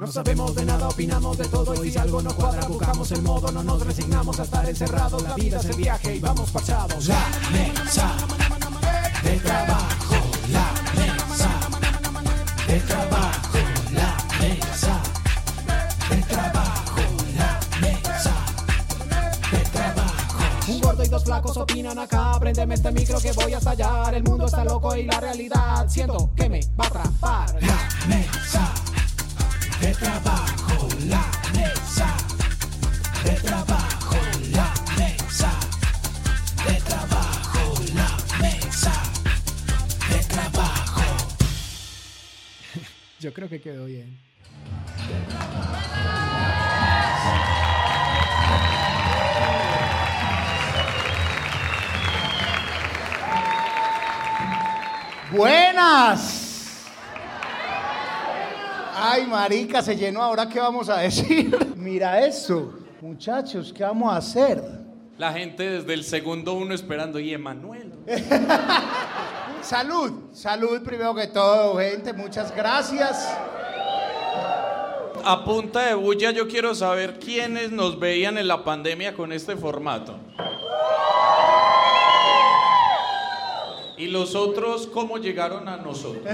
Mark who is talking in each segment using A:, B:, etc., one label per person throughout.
A: No sabemos de nada, opinamos de todo y si algo no cuadra buscamos el modo, no nos resignamos a estar encerrados. La vida es el viaje y vamos parchados.
B: La mesa de trabajo, la mesa de trabajo, la mesa de trabajo, la mesa de trabajo.
A: Un gordo y dos flacos opinan acá, prendeme este micro que voy a estallar. El mundo está loco y la realidad siento que me va a atrapar.
B: La mesa de trabajo, la mesa de trabajo, la mesa de trabajo, la mesa de trabajo.
A: Yo creo que quedó bien.
C: Buenas. Ay, marica, se llenó. Ahora qué vamos a decir. Mira esto, muchachos, ¿qué vamos a hacer?
D: La gente desde el segundo uno esperando, y Emanuel.
C: Salud, salud primero que todo, gente. Muchas gracias.
D: A punta de bulla, yo quiero saber quiénes nos veían en la pandemia con este formato. Y los otros, ¿cómo llegaron a nosotros?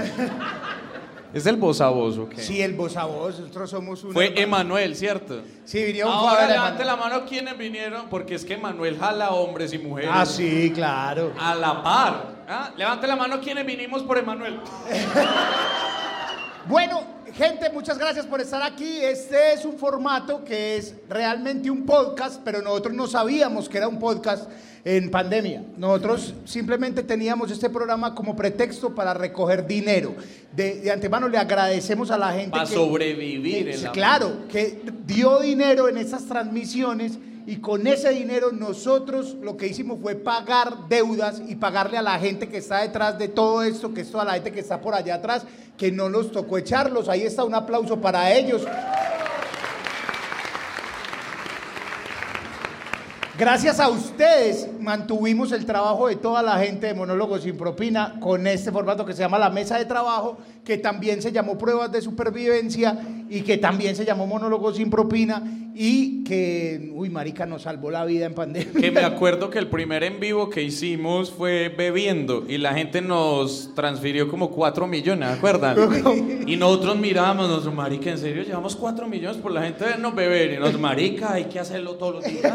D: ¿Es el voz a voz o qué?
C: Sí, el voz a voz, nosotros somos un.
D: Fue Emanuel, ¿cierto?
C: Sí, vinieron
D: Ahora
C: Fabra,
D: levante
C: Emanuel.
D: la mano quienes vinieron, porque es que Emanuel jala hombres y mujeres.
C: Ah, sí, claro.
D: A la par. ¿ah? Levante la mano quienes vinimos por Emanuel.
C: Bueno, gente, muchas gracias por estar aquí. Este es un formato que es realmente un podcast, pero nosotros no sabíamos que era un podcast en pandemia. Nosotros simplemente teníamos este programa como pretexto para recoger dinero. De, de antemano le agradecemos a la gente.
D: Para
C: que-
D: sobrevivir.
C: Sí,
D: en la-
C: claro, que dio dinero en estas transmisiones y con ese dinero nosotros lo que hicimos fue pagar deudas y pagarle a la gente que está detrás de todo esto, que es toda la gente que está por allá atrás, que no los tocó echarlos. Ahí está un aplauso para ellos. Gracias a ustedes mantuvimos el trabajo de toda la gente de Monólogos sin Propina con este formato que se llama La Mesa de Trabajo, que también se llamó Pruebas de Supervivencia y que también se llamó Monólogos sin Propina y que, uy, marica, nos salvó la vida en pandemia.
D: Que me acuerdo que el primer en vivo que hicimos fue bebiendo y la gente nos transfirió como 4 millones, ¿de acuerdan? Y nosotros mirábamos, nos marica, en serio, llevamos 4 millones por la gente de no beber. Y nos marica, hay que hacerlo todos los días.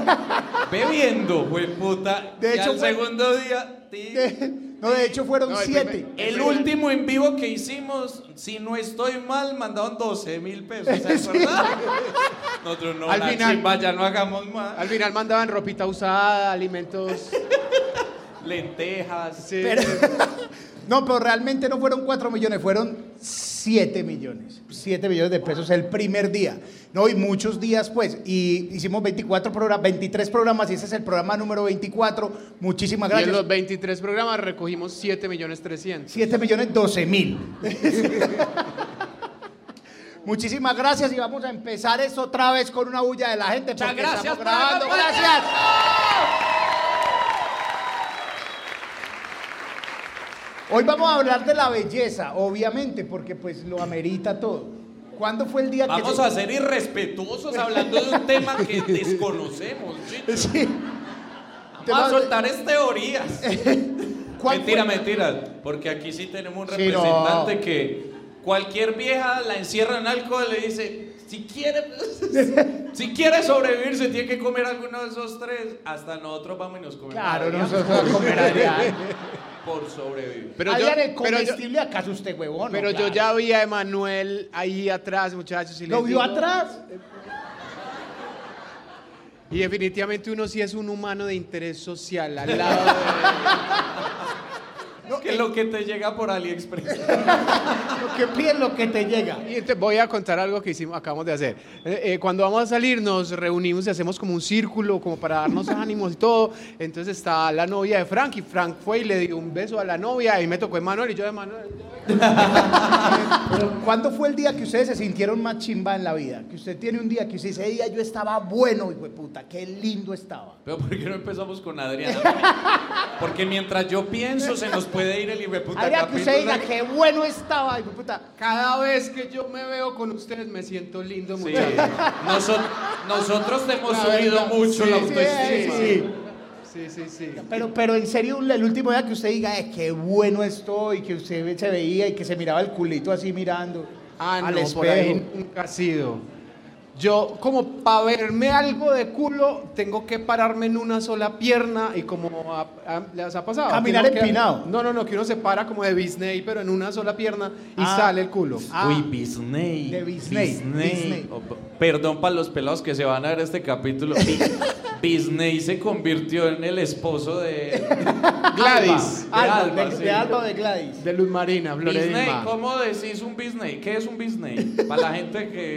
D: Bebiendo, güey, puta.
C: De
D: y
C: hecho,
D: al
C: fue-
D: segundo día. ti-
C: No, de hecho fueron
E: No, el
C: siete.
D: El último en vivo que hicimos, si no estoy mal, mandaron 12 mil pesos, ¿se acuerdan? Nosotros no,
E: Al
D: la
E: final-
D: chimba, ya no hagamos más.
E: Al final mandaban ropita usada, alimentos.
D: Lentejas.
E: sí.
C: Este, No, pero realmente no fueron 4 millones, fueron 7 millones. 7 millones de pesos el primer día. No, y muchos días pues. Y hicimos 24 programas, 23 programas y ese es el programa número 24. Muchísimas
E: Y en
C: gracias.
E: los 23 programas recogimos 7 millones 300.
C: 7 millones 12 mil. Muchísimas gracias y vamos a empezar esto otra vez con una bulla de la gente.
D: Muchas
C: porque
D: gracias
C: estamos
D: por
C: grabando.
D: acompañarnos.
C: Gracias. Hoy vamos a hablar de la belleza, obviamente, porque pues lo amerita todo. ¿Cuándo fue el día que
D: Vamos
C: se-
D: a ser irrespetuosos hablando de un tema que desconocemos. chicos.
C: Sí.
D: Vamos a soltar es teorías.
C: ¿Cuál
D: Mentira,
C: fue?
D: mentira. Porque aquí sí tenemos un
C: Sí, no.
D: representante que cualquier vieja la encierra en alcohol y le dice, si quiere, pues, si quiere sobrevivir, se tiene que comer alguno de esos tres. Hasta nosotros vamos y nos comemos.
C: Claro,
D: la
C: no se
D: vieja
C: va a comer allá.
D: Por sobrevivir.
E: Pero yo,
C: Hablan el
E: pero yo-
C: comestible acaso usted, huevón.
E: pero yo
C: Claro.
E: ya vi a Emanuel ahí atrás, muchachos. Y
C: ¿Lo
E: les
C: vio
E: digo-
C: atrás?
E: Y definitivamente uno sí es un humano de interés social al lado de...
D: Es
C: eh.
D: que lo que te llega por AliExpress.
C: Lo que pides, lo que te llega.
E: Y ente- voy a contar algo que hicimos, acabamos de hacer. Eh, eh, cuando vamos a salir nos reunimos y hacemos como un círculo, como para darnos ánimos y todo. Entonces está la novia de Frank y Frank fue y le dio un beso a la novia y me tocó Emanuel y yo Emanuel.
C: ¿Cuándo fue el día que ustedes se sintieron más chimba en la vida? Que usted tiene un día que usted dice, ese día yo estaba bueno, hijo de puta, qué lindo estaba.
D: Pero ¿por qué no empezamos con Adriana? Porque mientras yo pienso, se nos puede ir el hijueputa
C: Habría que usted
D: capítulo.
C: diga, qué bueno estaba, hijo de puta.
E: Cada vez que yo me veo con ustedes me siento lindo,
D: Sí.
E: muchachos.
D: Noso- nosotros te hemos
E: La
D: subido
E: verdad,
D: mucho la
E: sí, sí,
D: autoestima.
C: Pues, sí.
E: Sí, sí, sí.
C: Pero, pero en serio, el último día que usted diga, eh, qué bueno estoy, que usted se veía y que se miraba el culito así mirando
E: Ah,
C: al
E: no,
C: espejo.
E: por ahí nunca ha sido. Yo, como para verme algo de culo, tengo que pararme en una sola pierna y como a- a- les ha pasado.
C: Caminar
E: Que uno que-
C: empinado.
E: no, no, no, que uno se para como de Disney, pero en una sola pierna y
C: Ah.
E: sale el culo.
C: Ah.
D: Uy, Disney.
C: De Disney, Disney.
D: Oh, p- perdón para los pelados que se van a ver este capítulo. Bi- Disney se convirtió en el esposo de
E: Gladys.
D: de
C: Alba,
D: Alba,
C: Ah, de,
D: sí.
C: de Alba o de Gladys.
E: De Luz Marina,
D: Disney,
E: Floredilma.
D: ¿cómo decís un Disney? ¿Qué es un Disney? Para la gente que.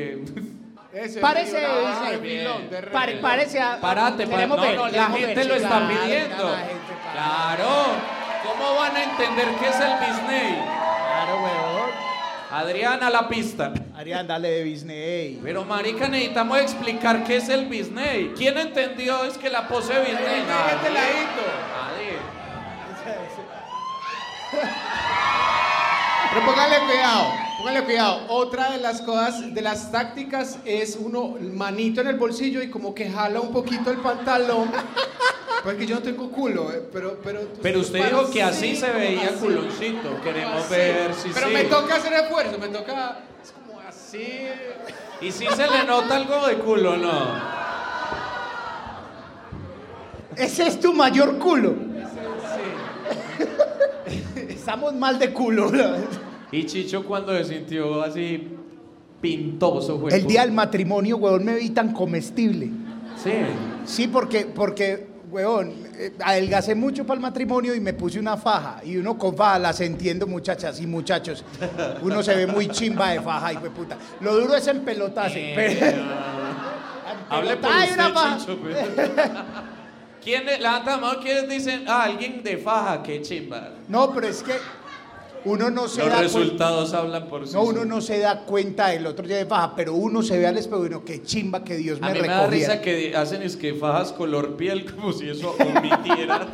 E: Ese
C: Parece
E: río,
C: de
E: ah,
C: Disney.
E: pilón, de
C: Pare-
E: rey.
C: parece a.
D: Parate, para...
C: queremos
D: no,
C: ver,
D: no, la
C: queremos
D: gente
C: ver,
D: lo está
C: claro,
D: pidiendo.
C: la gente, claro.
D: Claro. ¿Cómo van a entender qué es el Disney?
C: Claro, weón.
D: Adriana, la pista.
C: Arián, dale de Disney.
D: Pero marica, necesitamos explicar qué es el Disney. ¿Quién entendió es que la pose Disney?
E: Déjate
D: Nadie.
E: Este ladito.
D: Nadie.
E: Pero póngale cuidado, póngale cuidado. Otra de las cosas, de las tácticas es uno manito en el bolsillo y como que jala un poquito el pantalón. Porque yo no tengo culo, eh, pero... Pero,
D: Pero usted dijo que así se veía
E: así,
D: culoncito. Queremos
E: así.
D: ver si
E: Pero
D: sí.
E: me toca hacer esfuerzo, me toca... Es como así...
D: ¿Y si se le nota algo de culo no?
C: Ese es tu mayor culo.
E: Sí.
C: Estamos mal de culo. la verdad.
D: Y Chicho cuando se sintió así pintoso, güey.
C: El día del matrimonio, weón, me vi tan comestible.
D: Sí.
C: Sí, porque, porque weón, eh, adelgacé mucho para el matrimonio y me puse una faja. Y uno con faja, las entiendo, muchachas y muchachos. Uno se ve muy chimba de faja, hijo de puta. Lo duro es empelotarse. pero-
D: Eh, Hable por
C: Ay, una
D: usted,
C: faja.
D: Chicho, pues. ¿Quién es? Levanta la mano, ¿quiénes dicen? Ah, alguien de faja, qué chimba.
C: No, pero es que uno no se
D: Los
C: da
D: resultados hablan por sí
C: cuenta. No, uno
D: solos.
C: no se da cuenta del otro día de faja, pero uno se ve al espejo y uno, qué chimba que Dios me
D: A mí me da
C: recogiera.
D: risa que hacen es que fajas color piel como si eso omitiera.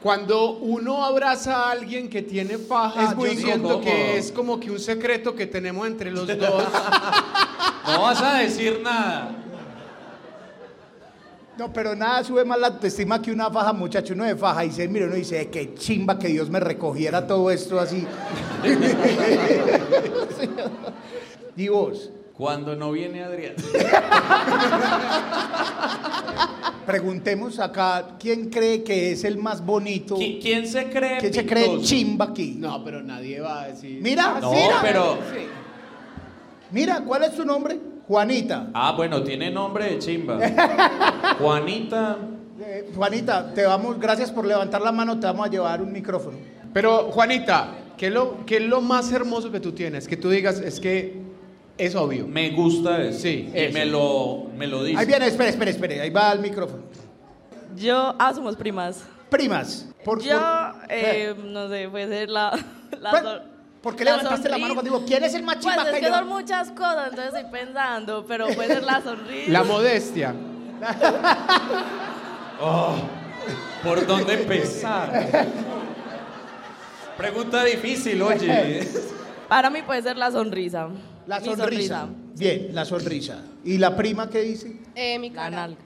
E: Cuando uno abraza a alguien que tiene faja,
C: Es muy
E: yo siento
D: incómodo.
E: que es como que un secreto que tenemos entre los dos.
D: no vas a decir nada.
C: No, pero nada sube más la autoestima que una faja, muchacho. Uno de faja dice, mira, uno dice, qué chimba que Dios me recogiera todo esto así. y vos,
D: Cuando no viene Adrián.
C: preguntemos acá, ¿quién cree que es el más bonito?
D: ¿Qui- ¿Quién se cree?
C: ¿Quién se cree
D: pintoso?
C: chimba aquí?
E: No, pero nadie va a decir...
C: Mira,
D: No,
C: mira,
D: pero.
C: mira, ¿cuál es tu nombre? Juanita.
D: Ah, bueno, tiene nombre de chimba. Juanita.
C: Eh, Juanita, te vamos, gracias por levantar la mano, te vamos a llevar un micrófono.
E: Pero, Juanita, ¿qué es, lo, qué es lo más hermoso que tú tienes? Que tú digas, es que es obvio.
D: Me gusta eso.
E: Sí,
D: Y
E: eso.
D: me lo, me lo dice.
C: Ahí viene, espere, espere, espere, ahí va el micrófono.
F: Yo, ah, somos primas.
C: Primas, por,
F: Yo,
C: por-
F: eh, no sé, puede ser la... la
C: Pues,
F: sor-
C: ¿Por qué
F: la
C: levantaste la mano
F: sonrisa.
C: cuando digo, "Ah, ¿quién es el más
F: Pues
C: chimba
F: es
C: que
F: que
C: yo?
F: son muchas cosas, entonces estoy pensando, pero puede ser la sonrisa.
E: La modestia.
D: ¿Por dónde empezar? Pregunta difícil, oye.
F: Para mí puede ser la sonrisa.
C: La
F: Mi
C: sonrisa. Bien, la sonrisa. ¿Y la prima qué dice?
G: Eh, mi
F: La
G: cara.
F: nalga.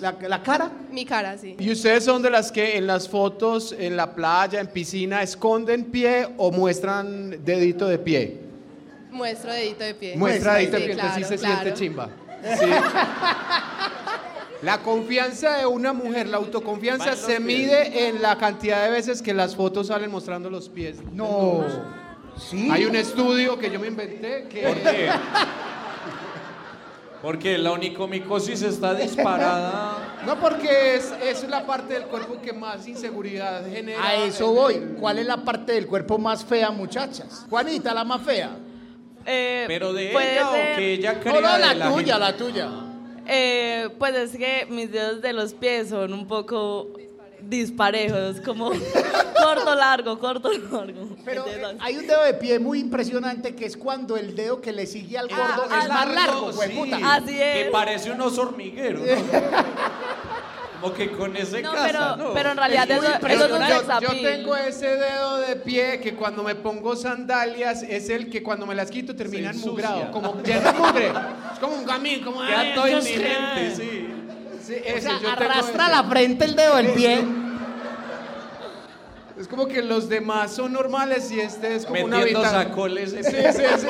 C: ¿La, la cara?
G: Mi cara, sí.
E: ¿Y ustedes son de las que en las fotos, en la playa, en piscina, esconden pie o muestran dedito de pie?
G: Muestro dedito de
D: Pues,
G: pie.
E: Muestra
G: Sí,
E: dedito de pie, entonces sí se
G: claro,
E: siente
G: claro.
E: chimba. Sí. La confianza de una mujer, la autoconfianza
D: Van los
E: se
D: pies.
E: mide en la cantidad de veces que las fotos salen mostrando los pies.
C: No. Sí.
E: Hay un estudio que yo me inventé que...
D: ¿Por qué? Porque la onicomicosis está disparada.
E: No, porque es, es la parte del cuerpo que más inseguridad genera.
C: A eso voy. ¿Cuál es la parte del cuerpo más fea, muchachas? Juanita, la más fea.
F: Eh,
D: ¿Pero de
F: puede
D: ella o
F: ser-
D: que ella crea
C: No, no,
D: de
C: la,
D: la
C: tuya,
D: gente?
C: la tuya.
F: Eh, pues es que mis dedos de los pies son un poco disparejos, como, corto, largo, corto, largo.
C: Pero
F: Entonces,
C: eh, hay un dedo de pie muy impresionante que es cuando el dedo que le sigue al gordo Ah,
F: ah,
C: es más largo, pues,
D: sí,
C: hueputa.
F: Así es.
D: Que parece un oso hormiguero. ¿no? Como que con ese
F: No,
D: casa,
F: pero-
D: ¿no?
F: pero en realidad
D: Es muy
F: eso- eso es un
D: impresionante.
F: sex
E: yo,
F: appeal.
E: yo tengo ese dedo de pie que cuando me pongo sandalias es el que cuando me las quito terminan
D: ensucia.
E: mugrado, como lleno de mugre. Es como un gamín, como
D: Queda
E: "Ay,
D: todo
E: yo sé".
D: inminente, sí.
E: Sí,
C: O
E: ese,
C: sea,
E: yo tengo
C: arrastra
E: ese.
C: la frente el dedo del pie.
E: Es como que los demás son normales y este es como una
D: Metiendo
E: habitación.
D: sacoles.
E: Sí, sí, sí.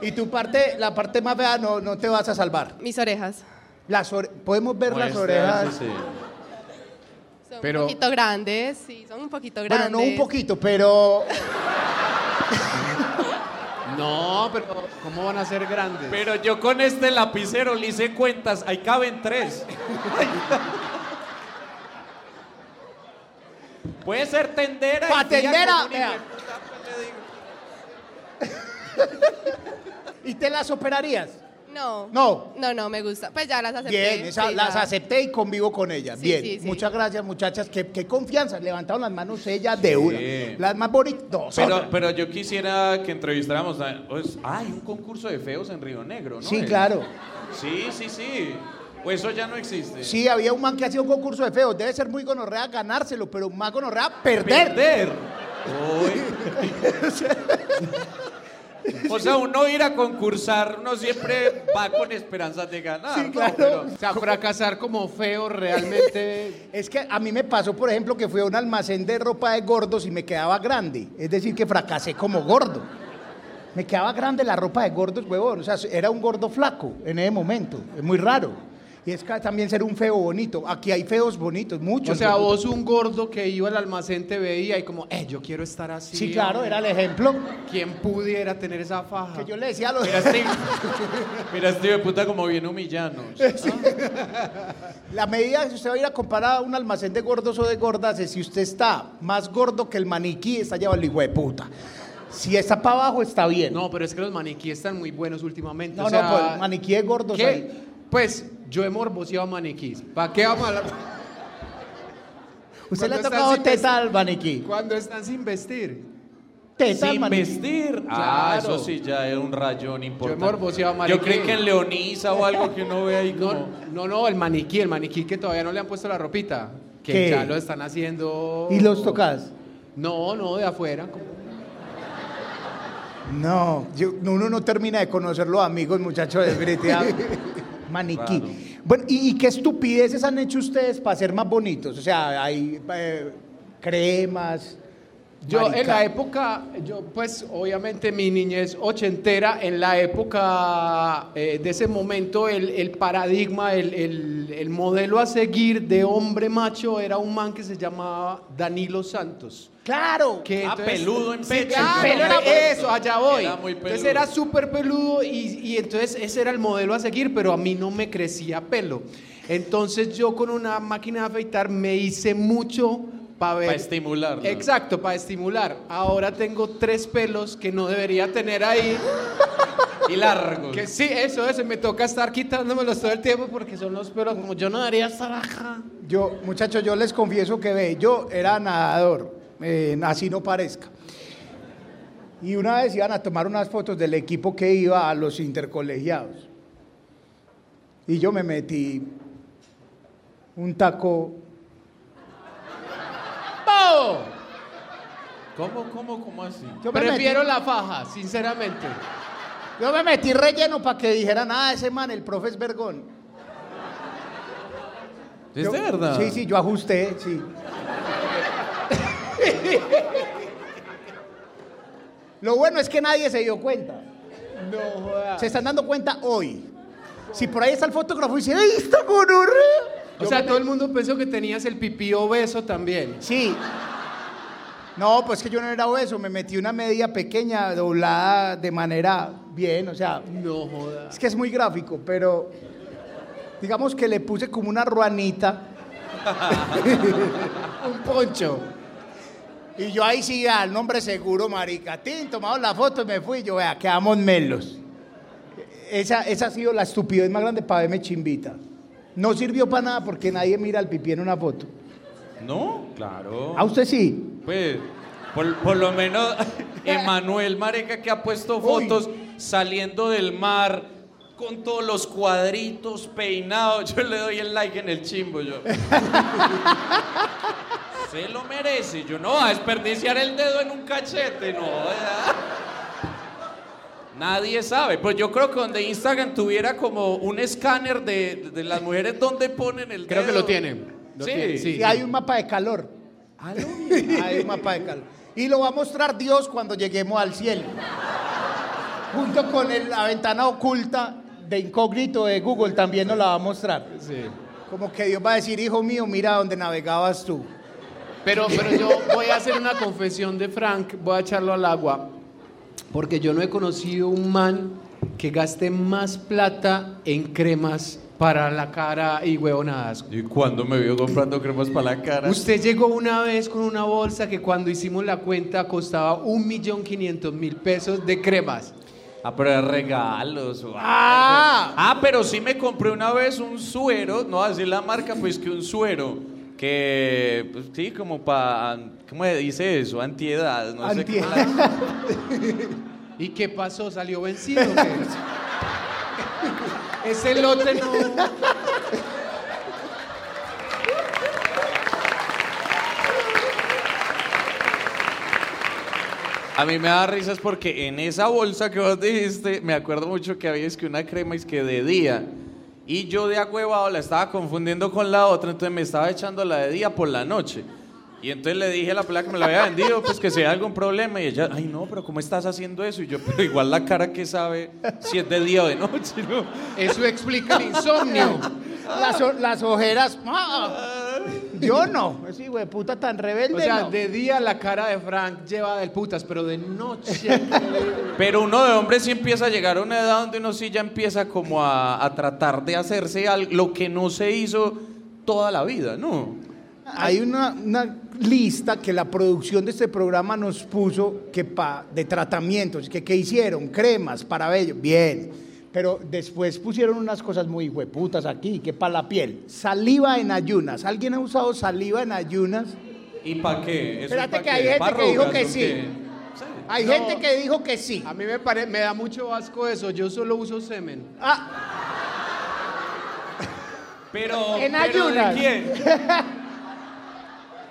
C: Y tu parte, la parte más fea no, no te vas a salvar.
G: Mis orejas.
C: Las ore- podemos ver las
D: Muestra,
C: orejas.
D: sí, sí.
G: Son
E: Pero-
G: un poquito grandes, sí, son un poquito
C: Bueno,
G: grandes.
C: no un poquito, pero
E: No, pero ¿cómo van a ser grandes?
D: Pero yo con este lapicero le hice cuentas, ahí caben tres. Puede ser tendera. y
C: Pa'
D: tía
C: tendera,
D: común y
C: vea.
D: hueputa, pues, le digo.
C: ¿y te las operarías?
G: No.
C: No.
G: No, no, me gusta. Pues ya las acepté.
C: Bien, esa-
G: sí,
C: las
G: ya.
C: acepté y convivo con ellas.
G: Sí,
C: Bien,
G: sí, sí.
C: muchas gracias muchachas. Qué, qué confianza, levantaron las manos ellas de una. Las más bonitas.
D: Pero, pero yo quisiera que entrevistáramos a. pues, ah, hay un concurso de feos en Río Negro, ¿no?
C: sí,
D: Eh,
C: claro.
D: Sí, sí, sí. O eso ya no existe.
C: Sí, había un man que hacía un concurso de feos. Debe ser muy gonorrea ganárselo, pero más gonorrea perder.
D: Perder. Uy. o sea, uno ir a concursar, uno siempre va con esperanzas de ganar.
C: Sí,
D: ¿no?
C: claro.
D: Pero-
E: O sea, fracasar como feo realmente.
C: Es que a mí me pasó, por ejemplo, que fui a un almacén de ropa de gordos y me quedaba grande. Es decir, que fracasé como gordo. Me quedaba grande la ropa de gordos, huevón. O sea, era un gordo flaco en ese momento. Es muy raro. Y es que también ser un feo bonito. Aquí hay feos bonitos, muchos.
E: O sea,
C: huevón.
E: vos un gordo que iba al almacén te veía y como, eh, yo quiero estar así.
C: Sí, claro,
E: hombre.
C: era el ejemplo
E: ¿Quién pudiera tener esa faja?
C: que yo le decía a los...
D: Mira este, mira este hijo de puta como bien humillano.
C: La medida que usted va a ir a comparar a un almacén de gordos o de gordas es si usted está más gordo que el maniquí, está llevando el hijo de puta. Si está para abajo, está bien.
E: No, pero es que los maniquíes están muy buenos últimamente.
C: No,
E: o sea,
C: no, pues, maniquí de gordos
E: ¿qué?
C: ahí.
E: Pues yo he morboseado maniquís. ¿Para qué vamos a hablar?
C: ¿Usted le ha
E: Cuando
C: tocado
E: estás sin
C: teta al maniquí?
E: Cuando están sin vestir.
C: Teta al
D: Sin
C: maniquí.
D: vestir. Ah,
E: Claro.
D: eso sí ya era un rayón importante.
E: morboseaba
D: Yo
E: mariquín.
D: creí que en Leonisa o algo que uno ve ahí como...
E: No, no, no, el maniquí, el maniquí que todavía no le han puesto la ropita. Que
C: ¿Qué?
E: ya lo están haciendo.
C: ¿Y los tocas?
E: No, no, de afuera. como-
C: No, yo- uno no termina de conocer los amigos, muchachos, definitivamente. Maniquí. Bueno, ¿y, y qué estupideces han hecho ustedes para ser más bonitos? O sea, hay eh, cremas.
E: Yo en
C: marica-
E: la época, yo pues obviamente mi niñez ochentera, en la época eh, de ese momento el, el paradigma, el, el- el modelo a seguir de hombre macho era un man que se llamaba Danilo Santos.
C: Claro.
E: Que
D: Ah,
E: entonces- ah,
D: peludo en
E: Sí,
D: pecho.
E: claro,
D: Pelo era muy-
E: eso, allá voy.
D: Era muy
E: entonces
D: peludo.
E: era súper peludo y, y entonces ese era el modelo a seguir, pero a mí no me crecía pelo. Entonces yo con una máquina de afeitar me hice mucho para ver.
D: Pa' estimularlo.
E: eh, Exacto, para estimular. Ahora tengo tres pelos que no debería tener ahí.
D: Y largo.
E: Que sí, eso, eso. y Me toca estar quitándomelos todo el tiempo porque son los pelos como yo no debería estar acá.
C: Yo, muchachos, yo les confieso que ve, yo era nadador, eh, así no parezca. Y una vez iban a tomar unas fotos del equipo que iba a los intercolegiados. Y yo me metí un taco.
E: ¡Pau!
D: ¿Cómo, cómo, cómo así?
C: Yo me,
E: Prefiero la faja, sinceramente.
C: metí, yo me metí relleno para que dijeran, ah, ese man, el profe es vergón.
D: ¿Es
C: Yo-
D: de verdad?
C: Sí, sí, yo ajusté, sí. Lo bueno es que nadie se dio cuenta.
E: No jodas.
C: Se están dando cuenta hoy. Si por ahí está el fotógrafo y dice, ¡ay, está gonorrea!
E: O sea, todo el mundo pensó que tenías el pipí obeso también.
C: Sí. No, pues que yo no era obeso, me metí una media pequeña doblada de manera bien, o sea,
E: No jodas.
C: es que es muy gráfico, pero digamos que le puse como una ruanita
E: Un poncho.
C: y yo ahí sí, al nombre seguro, marica, tin, tomamos la foto y me fui, yo, vea, quedamos melos. Esa, esa ha sido la estupidez más grande para verme chimbita. No sirvió para nada porque nadie mira el pipí en una foto.
D: ¿No? Claro.
C: A usted sí.
D: Pues, por, por lo menos, Emanuel Mareca que ha puesto fotos saliendo del mar con todos los cuadritos peinados. Yo le doy el like en el chimbo, yo. Se lo merece. Yo no, a desperdiciar el dedo en un cachete, no. ¿verdad? Nadie sabe. Pues yo creo que donde Instagram tuviera como un escáner de, de las mujeres, ¿dónde ponen el
E: Creo que
D: dedo?
E: lo tienen. Lo
D: Sí.
E: tienen, sí.
C: Y hay un mapa de calor. Hay un mapa de calor. Y lo va a mostrar Dios cuando lleguemos al cielo. Junto con el- la ventana oculta de incógnito de Google también nos la va a mostrar. Como que Dios va a decir, hijo mío, mira donde navegabas tú.
E: Pero, pero yo voy a hacer una confesión de Frank, voy a echarlo al agua, porque yo no he conocido un man que gaste más plata en cremas para la cara y huevonadas.
D: ¿Y cuando me vio comprando cremas para la cara?
E: Usted llegó una vez con una bolsa que cuando hicimos la cuenta costaba un millón quinientos mil pesos de cremas.
D: Ah, pero de regalos. Ah, ah, pero sí me compré una vez un suero, no voy a decir la marca, pues que un suero. Que, pues, sí, como para. ¿Cómo se dice eso? Antiedad, no sé. cómo
C: Antiedad.
D: la-
E: ¿Y qué pasó? ¿Salió vencido? o qué? Ese lote no.
D: A mí me da risas porque en esa bolsa que vos dijiste, me acuerdo mucho que había es que una crema es que de día. Y yo de agüevado la estaba confundiendo con la otra, entonces me estaba echando la de día por la noche. Y entonces le dije a la pelada que me la había vendido, pues que si hay algún problema. Y ella, ay no, pero ¿cómo estás haciendo eso? Y yo, pero igual la cara que sabe si es de día o de noche, ¿no?
E: Eso explica el insomnio.
C: Las, o- las ojeras. ¡ah! Yo no. Ese hijo de Pues puta tan rebelde.
E: O sea,
C: no.
E: de día la cara de Frank lleva del putas, pero de noche.
D: Pero uno de hombre sí empieza a llegar a una edad donde uno sí ya empieza como a, a tratar de hacerse al- lo que no se hizo toda la vida, ¿no?
C: Hay una, una lista que la producción de este programa nos puso que pa, de tratamientos, que qué hicieron, cremas para vello, bien. Pero después pusieron unas cosas muy hueputas aquí, que para la piel, saliva en ayunas. ¿Alguien ha usado saliva en ayunas?
D: ¿Y para qué? ¿Eso es
C: Espérate
D: pa'
C: que hay
D: qué?
C: gente
D: ¿Pa'
C: que dijo
D: arrugas
C: que
D: o
C: sí.
D: qué?
C: Hay
E: No.
C: gente que dijo que sí.
E: A mí me, pare- me da mucho asco eso. Yo solo uso semen.
C: Ah,
D: Pero,
C: En
D: pero ¿de
C: ayunas.
D: quién?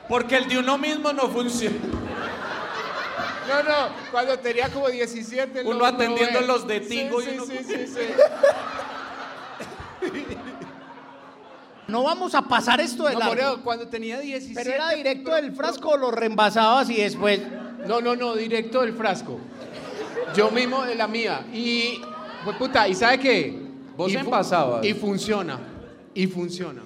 D: Porque el de uno mismo no funciona.
E: No, no. Cuando tenía como 17.
D: Uno atendiendo los de Tigo y uno-
C: no vamos a pasar esto de
E: No,
C: largo.
E: Moreo, cuando tenía 17.
C: Pero este era directo del frasco, lo reembasabas y después...
E: No, no, no, directo del frasco. Yo mismo de la mía. Y, pues, puta, ¿y sabe qué?
D: Vos
E: Y fu-
D: envasabas.
E: Y funciona. Y funciona.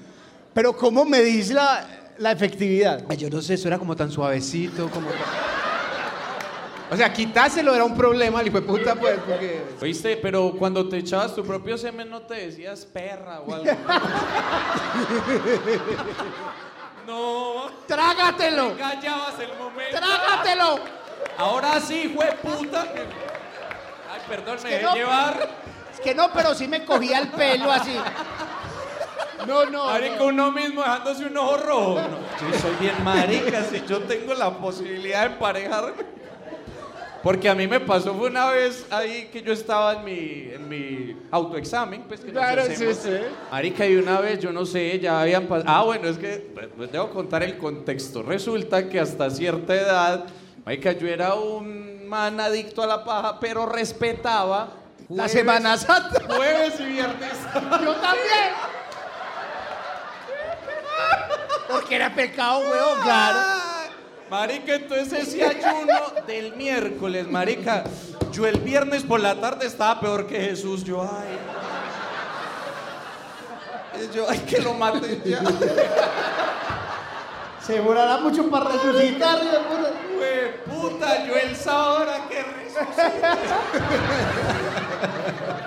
C: Pero ¿cómo medís la, la efectividad?
E: Ay, yo no sé, eso era como tan suavecito, como... O sea, quitárselo era un problema, el hijo de puta, pues, porque...
D: Oíste, pero cuando te echabas tu propio semen no te decías perra o algo. no,
C: ¡Trágatelo!
D: callabas el momento.
C: ¡Trágatelo!
D: Ahora sí, fue puta. Ay, perdón, me
C: que
D: dejé
C: no.
D: llevar.
C: Es que no, pero sí me cogía el pelo así.
E: No, no.
D: Marica, uno mismo dejándose un ojo rojo. No, yo soy bien marica, si yo tengo la posibilidad de emparejarme. Porque a mí me pasó fue una vez ahí que yo estaba en mi, en mi autoexamen, pues que nos
E: Claro, sí,
D: hacemos.
E: sí.
D: Marica, y una vez, yo no sé, ya habían pasado... Ah, bueno, es que pues, pues, debo contar el contexto. Resulta que hasta cierta edad, marica, yo era un man adicto a la paja, pero respetaba...
C: La
D: jueves-
C: Semana Santa.
D: Jueves y viernes.
C: Yo también. Porque era pecado, weón, claro.
D: Marica, entonces ese ayuno del miércoles, marica. Yo el viernes por la tarde estaba peor que Jesús. Yo, ay. Yo, ay, que lo maten ya.
C: Se morará mucho para resucitar.
D: Güey, puta, yo el sábado era que resucité.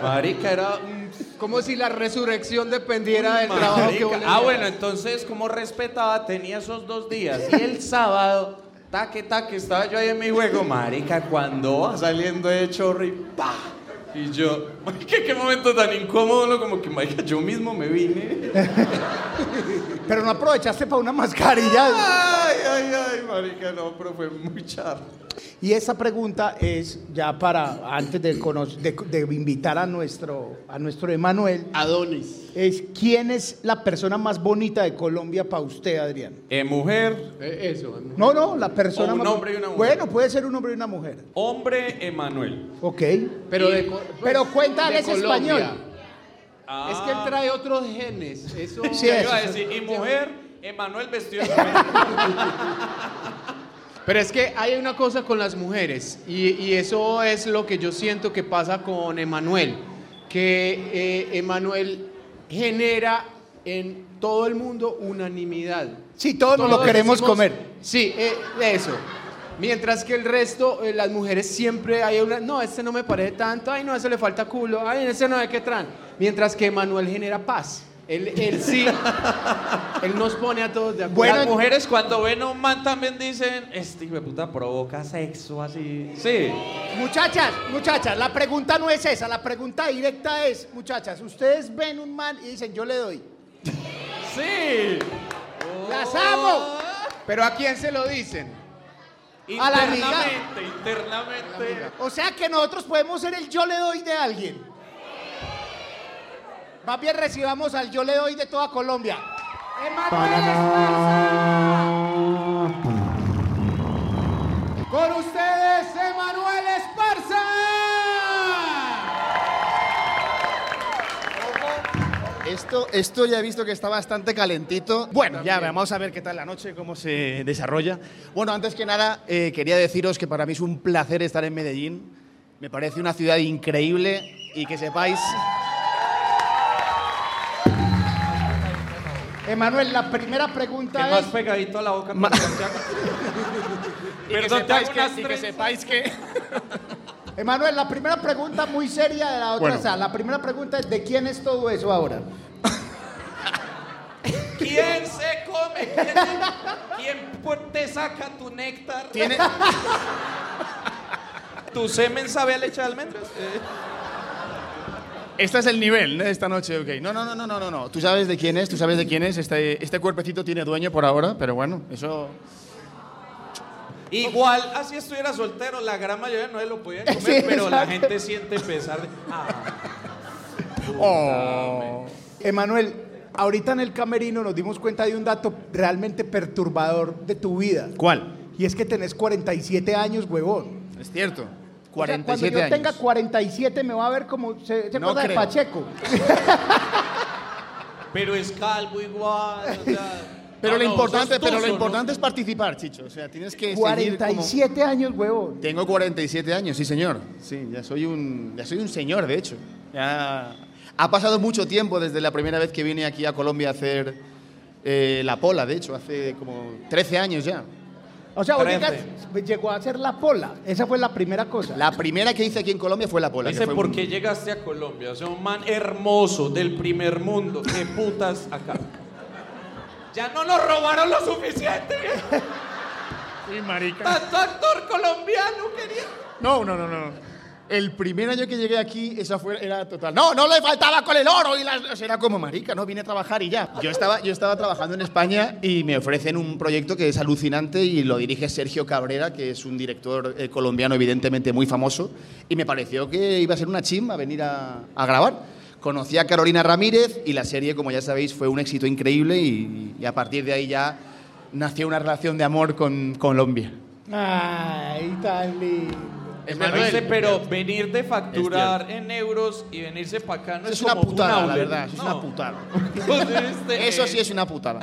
D: Marica, era un
E: Como si la resurrección dependiera del
D: Marica.
E: trabajo que vos le
D: Ah,
E: dieras.
D: bueno, entonces, como respetaba, tenía esos dos días. Y el sábado, taque, taque, estaba yo ahí en mi juego. Marica, cuando va saliendo de chorro y ¡pa! Y yo, marica, qué momento tan incómodo, ¿no? Como que, marica, yo mismo me vine.
C: Pero no aprovechaste para una mascarilla.
D: Ay, ay, ay, marica, no, pero fue muy charro.
C: Y esa pregunta es ya para, antes de, conoc- de, de invitar a nuestro, a nuestro Emanuel,
H: Adonis.
C: es ¿quién es la persona más bonita de Colombia para usted, Adrián?
D: Eh, mujer,
H: Eh, eso. eh.
C: No, no, la persona
D: O un
C: más...
D: hombre y una mujer.
C: Bueno, puede ser un hombre y una mujer.
D: hombre, Emanuel.
C: Ok.
H: Pero, de,
E: pues,
H: co-
C: Pero cuenta,
H: de
C: él es español.
D: Ah,
H: Es que él trae otros genes. Eso.
C: Sí,
D: yo
C: eso,
D: iba a
C: eso.
D: decir, y mujer, Emanuel vestido de mujer.
H: Pero es que hay una cosa con las mujeres y, y eso es lo que yo siento que pasa con Emanuel, que eh, Emanuel genera en todo el mundo unanimidad.
C: Sí, todos nos lo
H: Todos
C: queremos
H: decimos-
C: comer.
H: Sí, eh, eso. Mientras que el resto, eh, las mujeres siempre hay una, no, este no me parece tanto, ay, no, ese le falta culo, ay, ese no, de qué tran. Mientras que Emanuel genera paz. Él, él sí, él nos pone a todos de acuerdo.
C: Bueno,
D: Las mujeres cuando ven a un man también dicen, este hijo de puta provoca sexo así. Sí.
C: Muchachas, muchachas, la pregunta no es esa, la pregunta directa es, muchachas, ustedes ven un man y dicen, yo le doy.
D: Sí.
C: ¡Las amo!
H: Pero ¿a quién se lo dicen?
C: A la amiga.
D: Internamente, internamente.
C: O sea que nosotros podemos ser el yo le doy de alguien. Más bien recibamos al yo le doy de toda Colombia.
E: Con ustedes, Emanuel Esparza.
I: Esto, esto ya he visto que está bastante calentito. Bueno, ya vamos a ver qué tal la noche, cómo se desarrolla. Bueno, antes que nada, eh, quería deciros que para mí es un placer estar en Medellín. Me parece una ciudad increíble y que sepáis...
C: Emanuel, la primera
D: Que
C: pregunta
D: más
C: es...
D: pegadito a la boca.
I: Ma-
D: porque se haga-
I: y que
D: Perdón, te hago
I: sepáis que-
D: unas
I: y que
D: trenzas.
I: sepáis que...
C: Emanuel, la primera pregunta muy seria de la otra
I: Bueno.
C: sala. La primera pregunta es, ¿de quién es todo eso ahora?
D: ¿Quién se come? ¿Quién, te- quién por- te saca tu néctar?
I: Tiene-
D: ¿Tu semen sabe a leche de almendras? Eh,
I: Este es el nivel ¿no? de esta noche, ok. No, no, no, no, no, no, no. Tú sabes de quién es, tú sabes de quién es. Este, este cuerpecito tiene dueño por ahora, pero bueno, eso...
D: Igual, así estuviera soltero, la gran mayoría no se lo podían comer,
C: Sí,
D: pero la
C: exacto.
D: gente siente pesar de... Ah,
I: Oh.
C: Emanuel, ahorita en el camerino nos dimos cuenta de un dato realmente perturbador de tu vida.
I: ¿Cuál?
C: Y es que tenés 47 años, huevón.
I: Es cierto.
C: O sea,
I: 47
C: cuando yo
I: años.
C: tenga 47 me va a ver como se, se
I: No
C: acuerda de
I: creo.
C: Pacheco.
D: pero es calvo igual. o sea,
I: Pero
D: no,
I: lo
D: no,
I: importante,
D: sos
I: pero lo
D: tuzo, ¿no?
I: importante es participar, Chicho. O sea, tienes que seguir como-
C: 47 años, huevón.
I: Tengo 47 años, sí, señor. Sí, ya soy un ya soy un señor, de hecho. Ya ha pasado mucho tiempo desde la primera vez que vine aquí a Colombia a hacer eh, la pola, de hecho, hace como 13 años ya.
C: O sea, ahorita
D: Trece.
C: llegó a ser la pola. Esa fue la primera cosa.
I: La primera que hice aquí en Colombia fue la pola. que
D: Dice,
I: fue
D: ¿por
I: un-
D: qué llegaste a Colombia? O sea, un man hermoso del primer mundo. ¿Qué putas acá? Ya no nos robaron lo suficiente. Tanto actor colombiano quería.
I: No, no, no, no. El primer año que llegué aquí, esa fue, era total. No, no le faltaba con el oro y las. o sea, Era como marica, no, vine a trabajar y ya. Yo estaba, yo estaba trabajando en España y me ofrecen un proyecto que es alucinante y lo dirige Sergio Cabrera, que es un director eh, colombiano, evidentemente muy famoso. Y me pareció que iba a ser una chimba venir a, a grabar. Conocí a Carolina Ramírez y la serie, como ya sabéis, fue un éxito increíble y, y a partir de ahí ya nació una relación de amor con Colombia.
C: Ay, tan lindo.
I: Emanuel.
D: Dice, pero venir de facturar en euros y venirse para acá no
I: Eso
D: es,
I: es una
D: como
I: putada,
D: un
I: la
D: outlet.
I: verdad. eso es
D: No.
I: una putada.
D: Entonces, este,
I: Eso sí es una putada.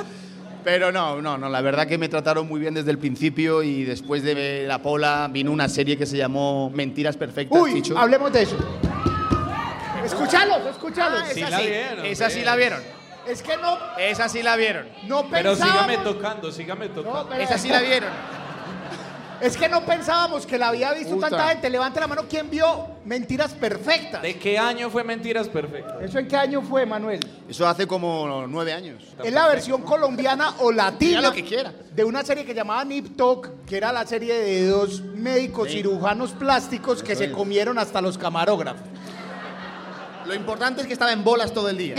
I: Pero no, no, no. La verdad que me trataron muy bien desde el principio y después de La Pola vino una serie que se llamó Mentiras Perfectas.
C: Uy,
I: Chicho.
C: hablemos de eso. Escúchalos, escúchalos.
I: Ah,
D: Sí
I: esa
D: la
I: sí,
D: vieron,
I: esa sí
D: bien.
I: la vieron.
C: Es que no,
I: Esa sí la vieron.
C: no
D: Pero
C: pensábamos.
D: sígame tocando, sígame tocando.
C: No, pero-
I: Esa sí la vieron.
C: Es que no pensábamos que la había visto
I: Puta.
C: tanta gente. Levante la mano, ¿quién vio Mentiras Perfectas?
D: ¿De qué año fue Mentiras Perfectas?
C: ¿Eso en qué año fue, Manuel?
I: Eso hace como nueve años.
C: Es la versión colombiana o latina
I: Diga lo que quiera.
C: de una serie que llamaba Nip Talk, que era la serie de dos médicos cirujanos plásticos que se comieron hasta los camarógrafos.
I: Lo importante es que estaba en bolas todo el día.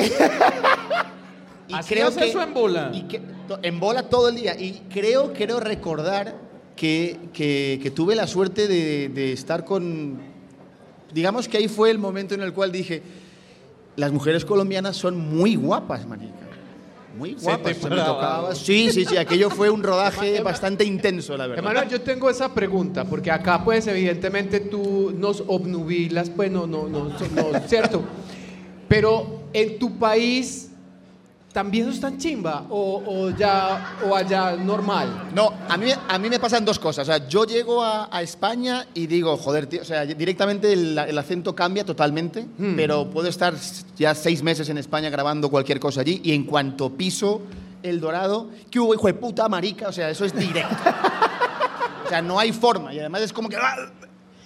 I: Y
D: ¿Hacías eso en bola?
I: y que- to- en bola todo el día. Y creo, quiero recordar que, que- que tuve la suerte de, de estar con... Digamos que ahí fue el momento en el cual dije, las mujeres colombianas son muy guapas, manica. Muy
D: Se
I: guapas.
D: te
I: Se me
D: paraba.
I: tocaba. Sí, sí, sí. Aquello fue un rodaje bastante intenso, la verdad.
H: Hermano, yo tengo esa pregunta, porque acá, pues, evidentemente tú nos obnubilas, pues, no, no, no, no, ¿cierto? Pero en tu país también eso es tan chimba, o, o ya, o allá normal.
I: No, a mí, a mí me pasan dos cosas. O sea, yo llego a, a España y digo, joder, tío, o sea, directamente el, el acento cambia totalmente, pero puedo estar ya seis meses en España grabando cualquier cosa allí y en cuanto piso El Dorado, ¿qué hubo, hijo de puta, marica? O sea, eso es directo. o sea, no hay forma y además es como que...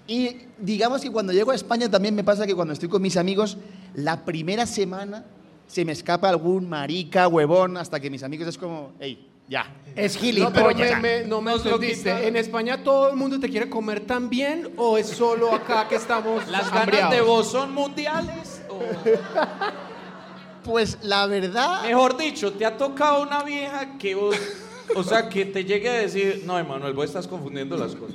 I: Y digamos que cuando llego a España también me pasa que cuando estoy con mis amigos, la primera semana se me escapa algún marica, huevón, hasta que mis amigos es como, hey, ya.
C: Es
H: No, pero
C: gilipollas.
H: me, me- no me
D: Nos lo
H: entendiste.
D: quitan.
H: ¿En España todo el mundo te quiere comer tan bien o es solo acá que estamos
D: ¿Las ganas
H: hambriados?
D: de vos son mundiales? O,
I: Pues la verdad...
D: mejor dicho, ¿te ha tocado una vieja que vos... O sea, que te llegue a decir, no, Emanuel, vos estás confundiendo las cosas.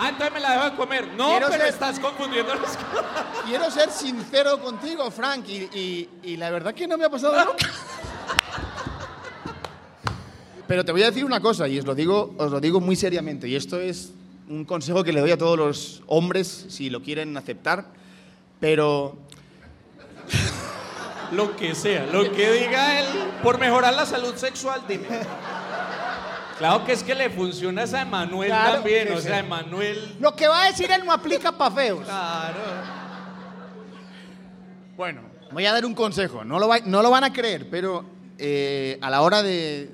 D: ah, entonces me la dejo de comer. No,
I: Quiero
D: pero
I: ser-
D: estás confundiendo las cosas.
I: Quiero ser sincero contigo, Frank, y, y- y la verdad que no me ha pasado nunca. Pero te voy a decir una cosa, y os lo, digo, os lo digo muy seriamente, y esto es un consejo que le doy a todos los hombres, si lo quieren aceptar, pero
D: Lo que sea, lo que diga él, por mejorar la salud sexual, dime. Claro que es que le funciona esa a Emanuel
C: Claro,
D: también,
C: sí,
D: o
C: sí.
D: sea, Emanuel...
C: Lo que va a decir él no aplica para feos.
D: Claro.
I: Bueno, voy a dar un consejo. No lo, va- no lo van a creer, pero eh, a la hora de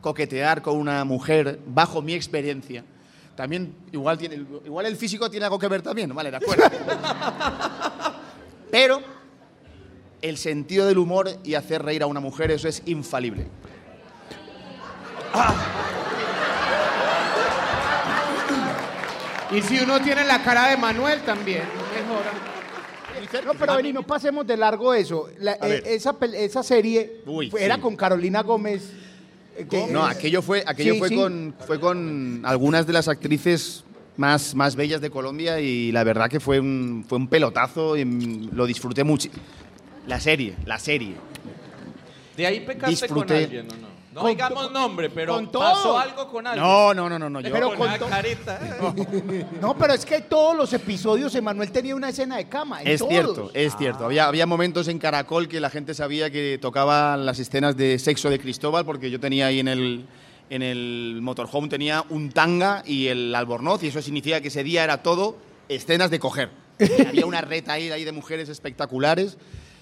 I: coquetear con una mujer, bajo mi experiencia, también igual, tiene, igual el físico tiene algo que ver también, ¿vale? De acuerdo. pero el sentido del humor y hacer reír a una mujer, eso es infalible.
E: Y si uno tiene la cara de Manuel también, mejora.
C: No, pero vení, no pasemos de largo eso. La- eh,
I: ver.
C: esa, pel- esa serie
I: Uy,
C: fue- era
I: sí.
C: con Carolina Gómez. eh, que
I: No,
C: es-
I: aquello fue, aquello
C: Sí,
I: fue,
C: sí.
I: Con, fue con algunas de las actrices más, más bellas de Colombia y la verdad que fue un, fue un pelotazo y mm, lo disfruté mucho. La serie, la serie.
D: De ahí pecaste
I: Disfruté.
D: con alguien, ¿o no? No
C: Con
D: digamos nombre, pero
C: con todo.
D: pasó algo con alguien.
I: No, no, no, no, no. Yo,
C: Pero
D: con
C: con
D: la
C: to-
D: carita.
C: No, pero es que todos los episodios Emanuel tenía una escena de cama. en
I: es
C: todos.
I: cierto, es cierto. Había, había momentos en Caracol que la gente sabía que tocaban las escenas de sexo de Cristóbal porque yo tenía ahí en el, en el motorhome tenía un tanga y el albornoz y eso significa que ese día era todo escenas de coger. Y había una reta ahí, ahí de mujeres espectaculares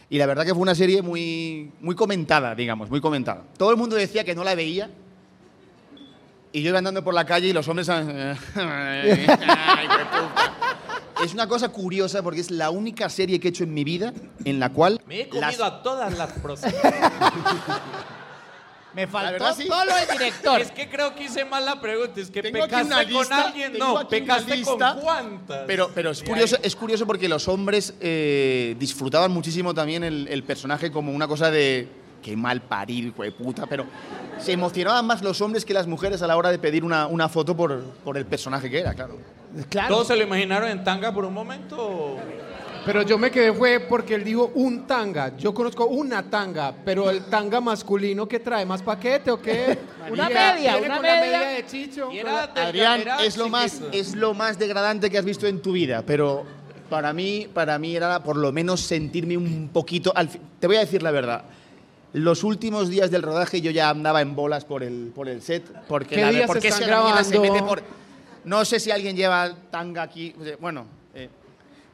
I: y la verdad que fue una serie muy, muy comentada, digamos, muy comentada. Todo el mundo decía que no la veía. Y yo iba andando por la calle y los hombres... eh, Ay, hijueputa. Es una cosa curiosa porque es la única serie que he hecho en mi vida en la cual.
D: Me he
I: las-
D: comido a todas las prostitutas.
C: Me
I: La
C: faltó
I: verdad, sí.
C: solo el director.
D: es que creo que hice mal la pregunta. Es que
I: Tengo aquí una
D: pecaste con
I: lista,
D: alguien.
I: tengo
D: No,
I: aquí una
D: pecaste con
I: lista,
D: cuántas.
I: Pero, pero es, curioso, es curioso porque los hombres eh, disfrutaban muchísimo también el, el personaje como una cosa de. Qué mal parir, hijo de puta. Pero se emocionaban más los hombres que las mujeres a la hora de pedir una, una foto por, por el personaje que era, claro. eh,
C: Claro.
D: ¿Todos se lo imaginaron en tanga por un momento? o-
H: Pero yo me quedé fue eh, porque él dijo un tanga. Yo conozco una tanga, pero el tanga masculino que trae más paquete o qué?
F: Una
H: Marica,
F: media,
H: viene
F: una
H: con
F: media.
H: la media de chicho.
D: Y era de-
I: Adrián,
D: era
I: es lo, más,
D: chiquito.
I: es lo más degradante que has visto en tu vida, pero para mí, para mí era por lo menos sentirme un poquito... al fi- te voy a decir la verdad. Los últimos días del rodaje yo ya andaba en bolas por el, por el set. Porque
H: ¿Qué
I: la,
H: días
I: porque
H: están
I: esa mierda se
H: grabando?
I: mete por- No sé si alguien lleva tanga aquí. o sea, Bueno, eh,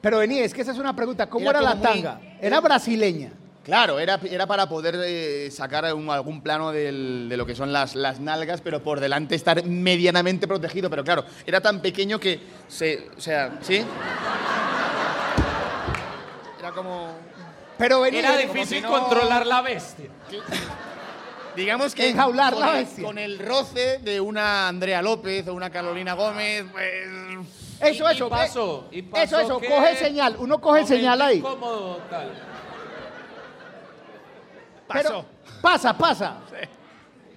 C: Pero vení, es que esa es una pregunta. ¿Cómo
I: Era
C: era, la
I: como muy-
C: tanga? Era brasileña.
I: claro, era, era para poder eh, sacar un- algún plano del- de lo que son las, las nalgas, pero por delante estar medianamente protegido. Pero claro, era tan pequeño que se... O sea, ¿sí? Era como...
C: Pero vení.
D: Era difícil controlar la bestia.
I: digamos que
C: Enjaular
I: con
C: la
I: el-
C: bestia.
I: con el roce de una Andrea López o una Carolina Gómez, pues
C: Eso,
D: Y- y
C: eso.
D: pasó,
C: eh,
D: y pasó
C: eso, eso.
D: que-
C: Coge señal. Uno coge señal
D: Momento
C: ahí.
D: incómodo, tal.
I: pasó.
C: Pero pasa, pasa.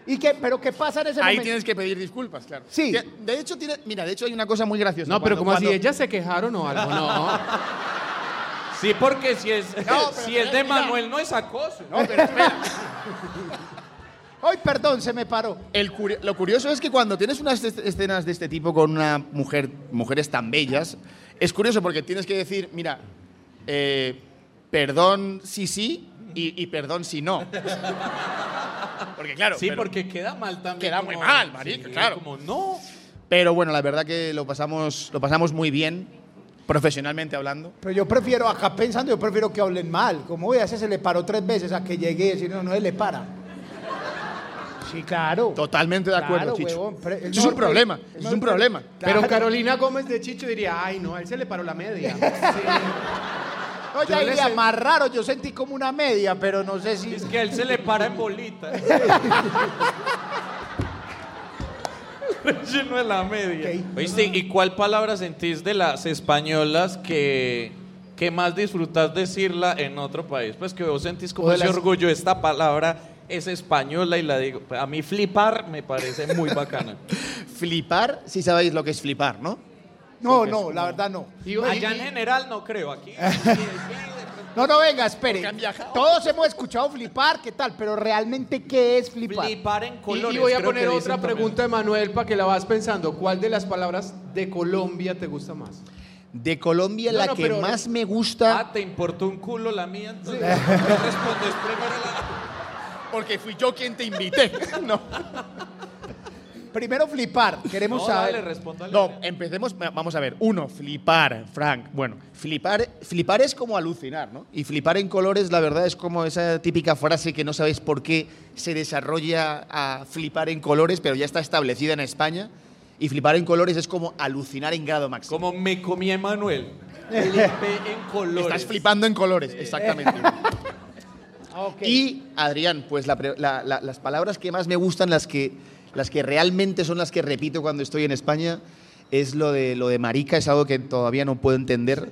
C: ¿Y qué, pero qué pasa en ese
I: Ahí
C: momento?
I: tienes que pedir disculpas, claro.
C: Sí.
I: Que, De hecho, tiene, mira, de hecho hay una cosa muy graciosa.
H: No, pero
I: Cuando-
H: como así,
I: cuando-
H: ellas se quejaron o algo, no.
D: Sí, porque si es,
I: pero
D: si es de
I: mira.
D: Manuel no es acoso.
I: No, pero espera.
C: Ay, perdón, se me paró.
I: El curi- lo curioso es que cuando tienes unas es- escenas de este tipo con una mujer, mujeres tan bellas, es curioso porque tienes que decir, mira, eh, perdón si sí y, y perdón si no. Porque claro,
D: sí,
I: pero,
D: porque queda mal también.
I: Queda muy mal, marica,
D: sí,
I: claro.
D: Como no.
I: pero bueno, la verdad que lo pasamos, lo pasamos muy bien, profesionalmente hablando.
C: Pero yo prefiero, acá pensando, yo prefiero que hablen mal. Como voy a hacer? Se le paró tres veces a que llegue y decir, no, no se le para. Sí, claro.
I: Totalmente de acuerdo,
C: Claro,
I: Chicho.
C: huevón, pre-
I: Eso
C: el
I: es un
C: norte-
I: problema,
C: el
I: eso es
C: norte-
I: un problema.
C: Claro.
E: Pero Carolina Gómez de Chicho diría, ay, no, a él se le paró la media. Sí.
C: No, ya
E: Yo le
C: diría
E: sé-
C: más raro, yo sentí como una media, pero no sé si.
D: Es que a él se le para en bolita. Lleno de la media.
C: Ok.
D: Oíste, ¿y cuál palabra sentís de las españolas que, que más disfrutás decirla en otro país? Pues que vos sentís como
I: O de
D: ese
I: las-
D: orgullo, esta palabra es española y la digo. A mí flipar me parece muy bacana.
I: Flipar, si sabéis lo que es flipar, ¿no?
C: No, no, la verdad no.
H: Y-
D: Allá en
H: y-
D: general no creo, aquí.
C: No, no, venga, espere. Todos hemos escuchado flipar, ¿qué tal? Pero realmente, ¿qué es flipar?
D: Flipar en
H: Y-
D: colores.
H: y voy a
D: creo que
H: poner
D: dicen
H: otra
D: también.
H: pregunta de Manuel para que la vas pensando. ¿Cuál de las palabras de Colombia te gusta más?
I: De Colombia
H: No,
I: la
H: no,
I: que
H: pero-
I: más me gusta
D: Ah, ¿te importó un culo la mía? Entonces, respondes primero la...
I: porque fui yo quien te invité. no.
C: Primero flipar, queremos
D: No,
C: saber.
D: dale, respóndale.
I: No, empecemos, va- vamos a ver. Uno, flipar, Frank. Bueno, flipar, flipar es como alucinar, ¿no? Y flipar en colores, la verdad, es como esa típica frase que no sabéis por qué se desarrolla a flipar en colores, pero ya está establecida en España. Y flipar en colores es como alucinar en grado máximo.
D: Como me comí a Emanuel. Flipé en colores.
I: Estás flipando en colores, exactamente. Y, Adrián, pues la pre- la- la- las palabras que más me gustan, las que, las que realmente son las que repito cuando estoy en España, es lo de, lo de marica, es algo que todavía no puedo entender.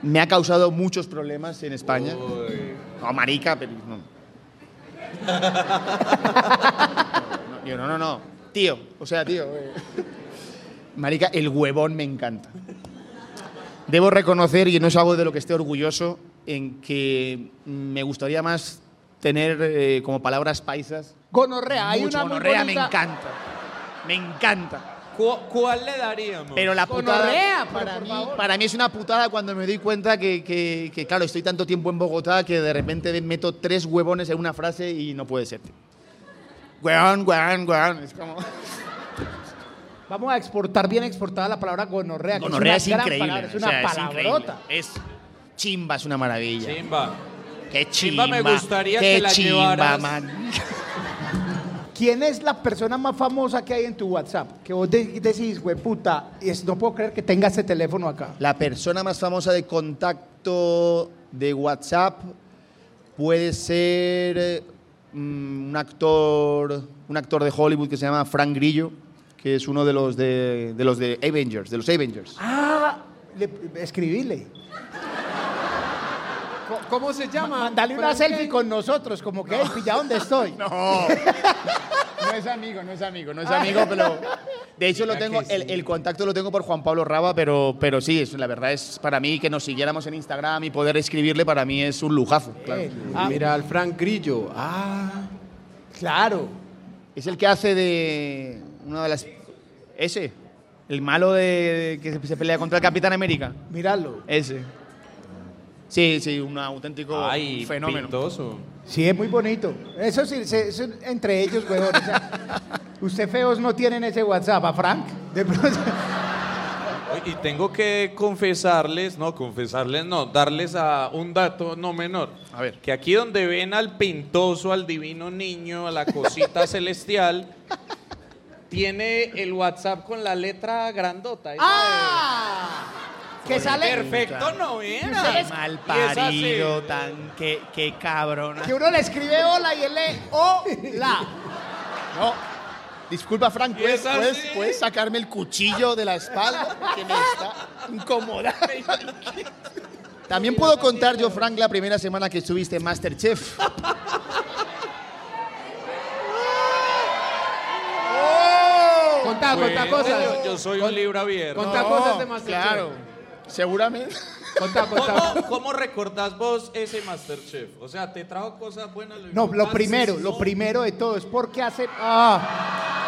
I: me ha causado muchos problemas en España. No, marica, pero no. No, Yo, no, no, no. Tío, o sea, tío. eh. Marica, el huevón me encanta. Debo reconocer, y no es algo de lo que esté orgulloso, en que me gustaría más tener eh, como palabras paisas.
C: Gonorrea, hay
I: Mucho
C: una
I: gonorrea,
C: muy
I: me
C: bonita.
I: encanta. Me encanta.
D: ¿Cu- ¿Cuál le daríamos?
I: Pero la
C: Gonorrea,
I: putada
C: pero
I: para
C: por
I: mí,
C: favor.
I: para mí es una putada cuando me doy cuenta que, que- que, claro, estoy tanto tiempo en Bogotá que de repente meto tres huevones en una frase y no puede ser. tío. Huevón, huevón, huevón. Es como...
C: Vamos a exportar bien exportada la palabra gonorrea. que
I: Gonorrea es,
C: es, una gran
I: increíble.
C: palabra, es
I: o
C: una
I: sea, es increíble.
C: palabrota.
I: Es chimba, es una maravilla.
D: Chimba.
I: Qué chimba.
D: Chimba me gustaría
I: qué
D: que la
I: chimba,
D: llevaras.
I: man.
C: ¿Quién es la persona más famosa que hay en tu WhatsApp? Que vos de- decís, güey, puta, es- no puedo creer que tenga ese teléfono acá.
I: La persona más famosa de contacto de WhatsApp puede ser eh, mm, un actor, un actor de Hollywood que se llama Frank Grillo, que es uno de los de, de los de Avengers, de los Avengers.
C: Ah, le- escribile.
E: Co- ¿Cómo se llama?
C: Mandale una
E: Frank,
C: selfie con nosotros, como que, hey, pilla dónde estoy.
I: No. No es amigo, no es amigo, no es amigo, pero. De hecho, lo tengo, el, el contacto lo tengo por Juan Pablo Raba, pero, pero sí, es, la verdad es para mí que nos siguiéramos en Instagram y poder escribirle para mí es un lujazo. claro.
C: Ah,
H: Mira al Frank Grillo. Ah,
C: claro.
I: Es el que hace de. Una de las. Ese. El malo de, que se, se pelea contra el Capitán América.
C: Míralo.
I: Ese. Sí, sí, un auténtico
D: Ay,
I: fenómeno.
D: pintoso.
C: Sí, es muy bonito. Eso sí, se- eso entre ellos, güey. O sea, usted feos no tienen ese WhatsApp, ¿a Frank? De pronto.
D: Oye, Y tengo que confesarles, no, confesarles no, darles a un dato no menor.
I: A ver.
D: Que aquí donde ven al pintoso, al divino niño, a la cosita celestial, tiene el WhatsApp con la letra grandota. esa de-
C: ¡Ah! Que sale.
D: Perfecto, no era.
I: Qué mal parido, tan. Qué, qué cabrón.
C: Que uno le escribe hola y él lee hola.
I: No. Disculpa, Frank,
D: ¿Y
I: ¿puedes,
D: es así?
I: puedes, puedes sacarme el cuchillo de la espalda? Que me está incomodando. También puedo contar yo, Frank, la primera semana que estuviste en Masterchef.
E: Contá, contá cosas.
D: Pues, Yo, yo soy un libro abierto.
E: Contá cosas de Masterchef.
I: Claro. Seguramente.
E: Contá, contá.
D: ¿Cómo, cómo recordás vos ese Masterchef? O sea, ¿te trajo cosas buenas?
C: No, lo
D: importante,
C: primero,
D: sí,
C: lo
D: no?
C: primero de todo es porque hace. Ah,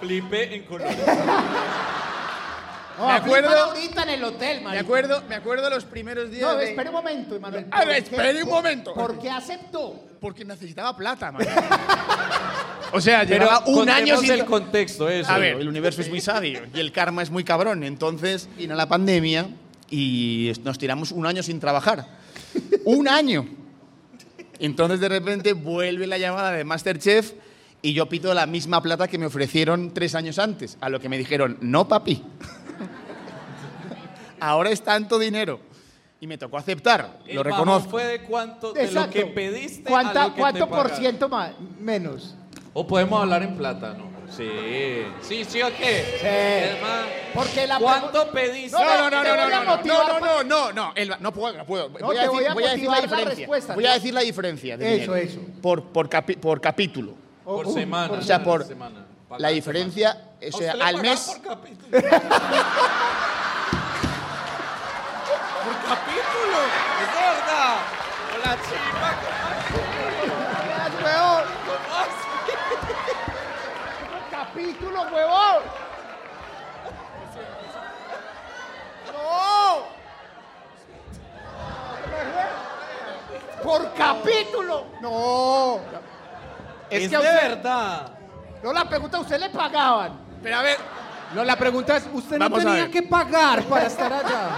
D: Flipé en color.
C: no,
I: Me acuerdo-
C: flipan ahorita en el hotel,
I: Me
C: marica.
I: acuerdo, me acuerdo los primeros días.
C: No,
I: de-
C: espere un momento, Emanuel.
I: A ver,
C: ¿Por qué-
I: espere un momento.
C: ¿Por qué aceptó?
I: Porque necesitaba plata, man. O sea,
D: Pero
I: llevaba un año
D: contemos
I: sin.
D: el contexto, eso.
I: A ver, el universo es muy sabio y el karma es muy cabrón. Entonces vino la pandemia y es- nos tiramos un año sin trabajar. ¡Un año! Entonces de repente vuelve la llamada de Masterchef y yo pito la misma plata que me ofrecieron tres años antes, a lo que me dijeron, no papi, ahora es tanto dinero. Y me tocó aceptar,
D: El
I: lo
D: bajón
I: reconozco.
D: fue de cuánto,
C: Exacto.
D: de lo que pediste
C: ¿Cuánta-
D: a lo que te
C: ¿Cuánto por
D: pagaron.
C: ciento más? Menos.
D: O podemos hablar en plata, ¿no? Sí. Sí, sí o qué. Es más,
C: Porque la
D: ¿Cuánto pediste?
I: No, no, no,
C: Te
I: no,
C: voy a
I: no, no,
C: motivar
I: no, no,
C: pa-
I: no, no, no, Elba, no puedo, no puedo.
C: No, te voy a motivar la respuesta.
I: Voy a decir la diferencia. de
C: Eso,
I: dinero.
C: eso.
I: Por, por, capi- por capítulo.
D: Por
C: Oh, uh,
D: semana.
C: por
I: O sea, por
D: semana. Pa'
I: la
D: cada
I: diferencia, o
D: semana. ¿A
I: sea,
D: usted le
I: al
D: pagaban
I: mes.
D: Por capítulo. por capítulo. Es verdad. Con la chiva,
C: ¡Veas, huevón!
D: con más.
C: ¡Capítulo, huevón! ¡No! ¡Por capítulo! ¡No!
D: Es,
E: que a
D: de
E: usted-
D: verdad.
C: No la pregunta, ¿a usted le pagaban?
I: Pero a ver,
E: No, la pregunta es, ¿usted
I: Vamos a
E: no tenía
I: ver.
E: que pagar para estar allá?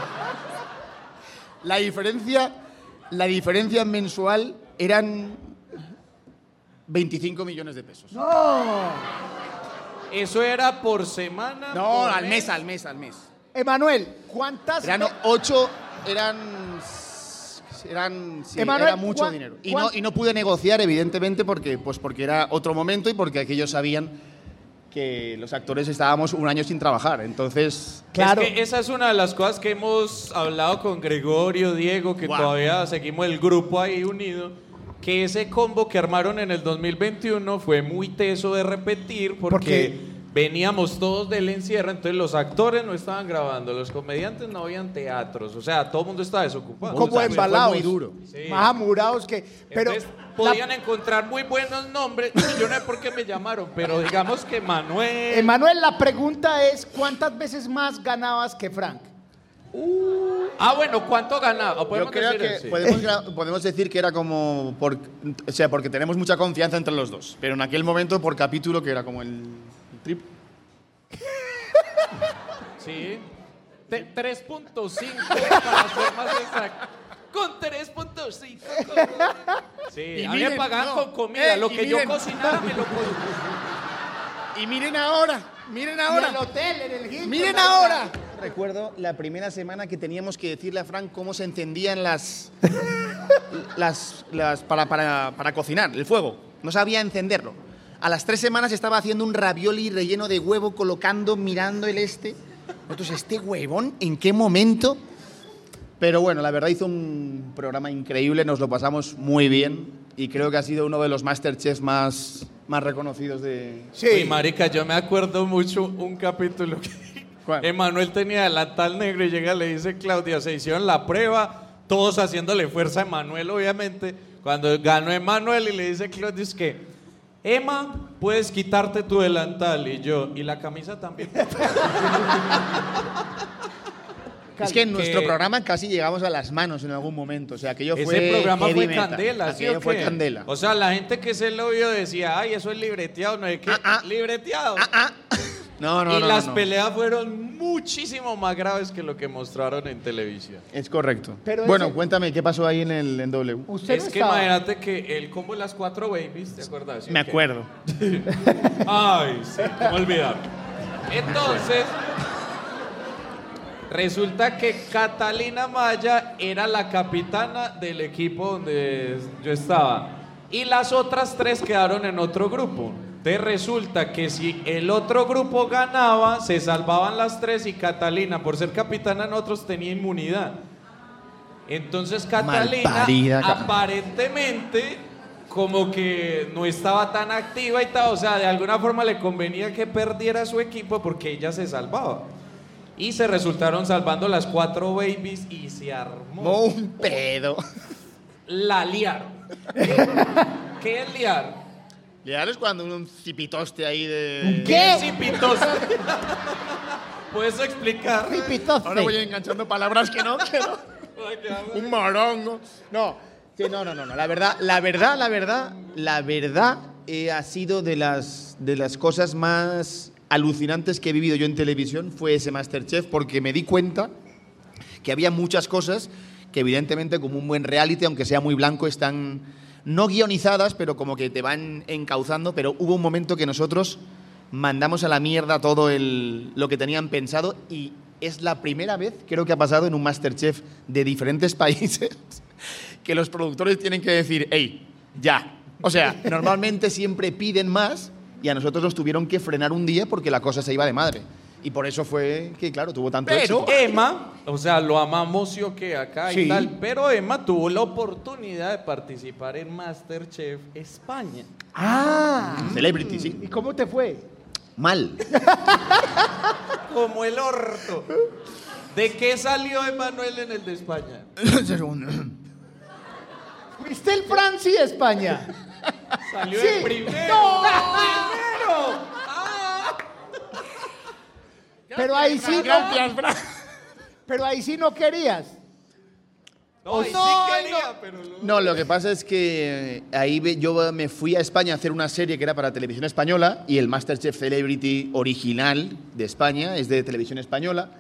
I: la diferencia, la diferencia mensual eran 25 millones de pesos. No,
D: Eso era por semana. por
I: al mes, al mes, al mes.
C: Emanuel, ¿cuántas
I: Eran
C: ve-
I: 8, eran. s- Eran, sí,
C: Emanuel,
I: era mucho
C: ¿cuán-
I: dinero. Y
C: cuán-
I: no, y no pude negociar, evidentemente, porque, pues porque era otro momento y porque aquellos sabían que los actores estábamos un año sin trabajar. Entonces,
C: Claro.
D: Es que esa es una de las cosas que hemos hablado con Gregorio, Diego, que
I: Guau.
D: todavía seguimos el grupo ahí unido. Que ese combo que armaron en el 2021 fue muy teso de repetir porque veníamos todos del encierro, entonces los actores no estaban grabando, los comediantes no habían teatros, o sea, todo el mundo estaba desocupado.
C: como
I: Fue
C: embalados.
I: muy duro.
D: Sí.
C: Más amurados que. Pero.
D: Entonces,
C: la-
D: podían encontrar muy buenos nombres, yo no sé por qué me llamaron, pero digamos que Manuel...
C: Emanuel, la pregunta es: ¿cuántas veces más ganabas que Frank?
D: ah, bueno, ¿cuánto ganaba? ¿O
I: yo
D: podemos
I: creo
D: decir
I: que pues
D: eso?
I: podemos, gra- podemos decir que era como. Por, o sea, porque tenemos mucha confianza entre los dos. Pero en aquel momento, por capítulo, que era como el, el trip.
D: Sí. Te- 3.5 para ser más exacto. Con 3.5. con- Sí, a mí me
I: miren,
D: pagaban
I: no.
D: con comida.
I: Eh,
D: lo
I: y
D: que yo
I: miren.
D: cocinaba me lo co-
I: Y miren ahora, miren
C: En el hotel, en el Hilton,
I: ¡Miren
C: marica.
I: ahora! Recuerdo la primera semana que teníamos que decirle a Frank cómo se encendían las. las, las para, para, para cocinar, el fuego. No sabía encenderlo. A las tres semanas estaba haciendo un ravioli relleno de huevo, colocando, mirando el este. Nosotros, ¿este huevón en qué momento? Pero bueno, la verdad hizo un programa increíble, nos lo pasamos muy bien y creo que ha sido uno de los Masterchefs más, más reconocidos de,
D: Uy, marica, yo me acuerdo mucho un capítulo que
I: ¿Cuál?
D: Emanuel tenía delantal negro y llega le dice Claudia, se hicieron la prueba, todos haciéndole fuerza a Emanuel, obviamente. Cuando ganó Emanuel y le dice Claudia, es que, Emma, puedes quitarte tu delantal. Y yo, y la camisa también.
I: Es que en
D: Que-
I: nuestro programa casi llegamos a las manos en algún momento. O sea, aquello
D: Ese
I: fue.
D: programa
I: heavy
D: fue
I: metal.
D: candela, ¿sí
I: Aquello
D: o
I: fue
D: qué?
I: candela.
D: O sea, la gente que se lo vio decía, ay, eso es libreteado, no es que
I: Ah, ah.
D: libreteado.
I: no, no,
D: y
I: no,
D: las
I: no.
D: peleas fueron muchísimo más graves que lo que mostraron en televisión.
I: Es correcto.
C: Pero
I: bueno,
C: ese-
I: cuéntame, ¿qué pasó ahí en el en W?
C: Usted
D: es
C: no
D: que
C: estaba.
D: imagínate que el combo de las cuatro babies, ¿te acuerdas? ¿Sí
I: Me
D: o qué?
I: acuerdo.
D: Ay, sí, cómo olvidar. Entonces, Resulta que Catalina Maya era la capitana del equipo donde yo estaba. Y las otras tres quedaron en otro grupo. Te resulta que si el otro grupo ganaba, se salvaban las tres y Catalina, por ser capitana en otros, tenía inmunidad. Entonces Catalina
I: Malparida, ca-
D: aparentemente como que no estaba tan activa y tal, o sea, de alguna forma le convenía que perdiera su equipo porque ella se salvaba. Y se resultaron salvando las cuatro babies y se armó.
I: No, un pedo.
D: La liaron. ¿Qué es liar?
I: Liar es cuando un cipitoste ahí de.
D: ¿Qué? Cipitoste. ¿Puedes explicar?
I: Ahora voy enganchando palabras que no. que no. un morongo. No, que no, no, no, no. La verdad, la verdad, la verdad, la verdad eh, ha sido de las, de las cosas más alucinantes que he vivido yo en televisión fue ese Masterchef porque me di cuenta que había muchas cosas que evidentemente como un buen reality, aunque sea muy blanco, están no guionizadas, pero como que te van encauzando, pero hubo un momento que nosotros mandamos a la mierda todo el, lo que tenían pensado y es la primera vez, creo que ha pasado en un Masterchef de diferentes países, que los productores tienen que decir, hey, ya. O sea, normalmente siempre piden más y a nosotros nos tuvieron que frenar un día porque la cosa se iba de madre. Y por eso fue que, claro, tuvo tanto éxito.
D: Pero Emma, o sea, lo amamos yo que acá y
I: Sí.
D: tal, pero Emma tuvo la oportunidad de participar en Masterchef España.
C: Ah.
I: Celebrity, sí.
C: ¿Y cómo te fue?
I: Mal.
D: Como el orto. ¿De qué salió Emanuel en el de España?
C: ¿Viste el Franci de España?
D: Salió
C: Sí.
D: el primero.
C: ¡No!
D: ¡Primero!
C: Pero ahí sí no,
I: Gracias, Fran.
C: pero ahí sí no querías.
D: No, ahí sí
I: No,
D: quería, pero lo-
I: No, lo que pasa es que eh, ahí ve- yo me fui a España a hacer una serie que era para televisión española y el Masterchef Celebrity original de España es de televisión española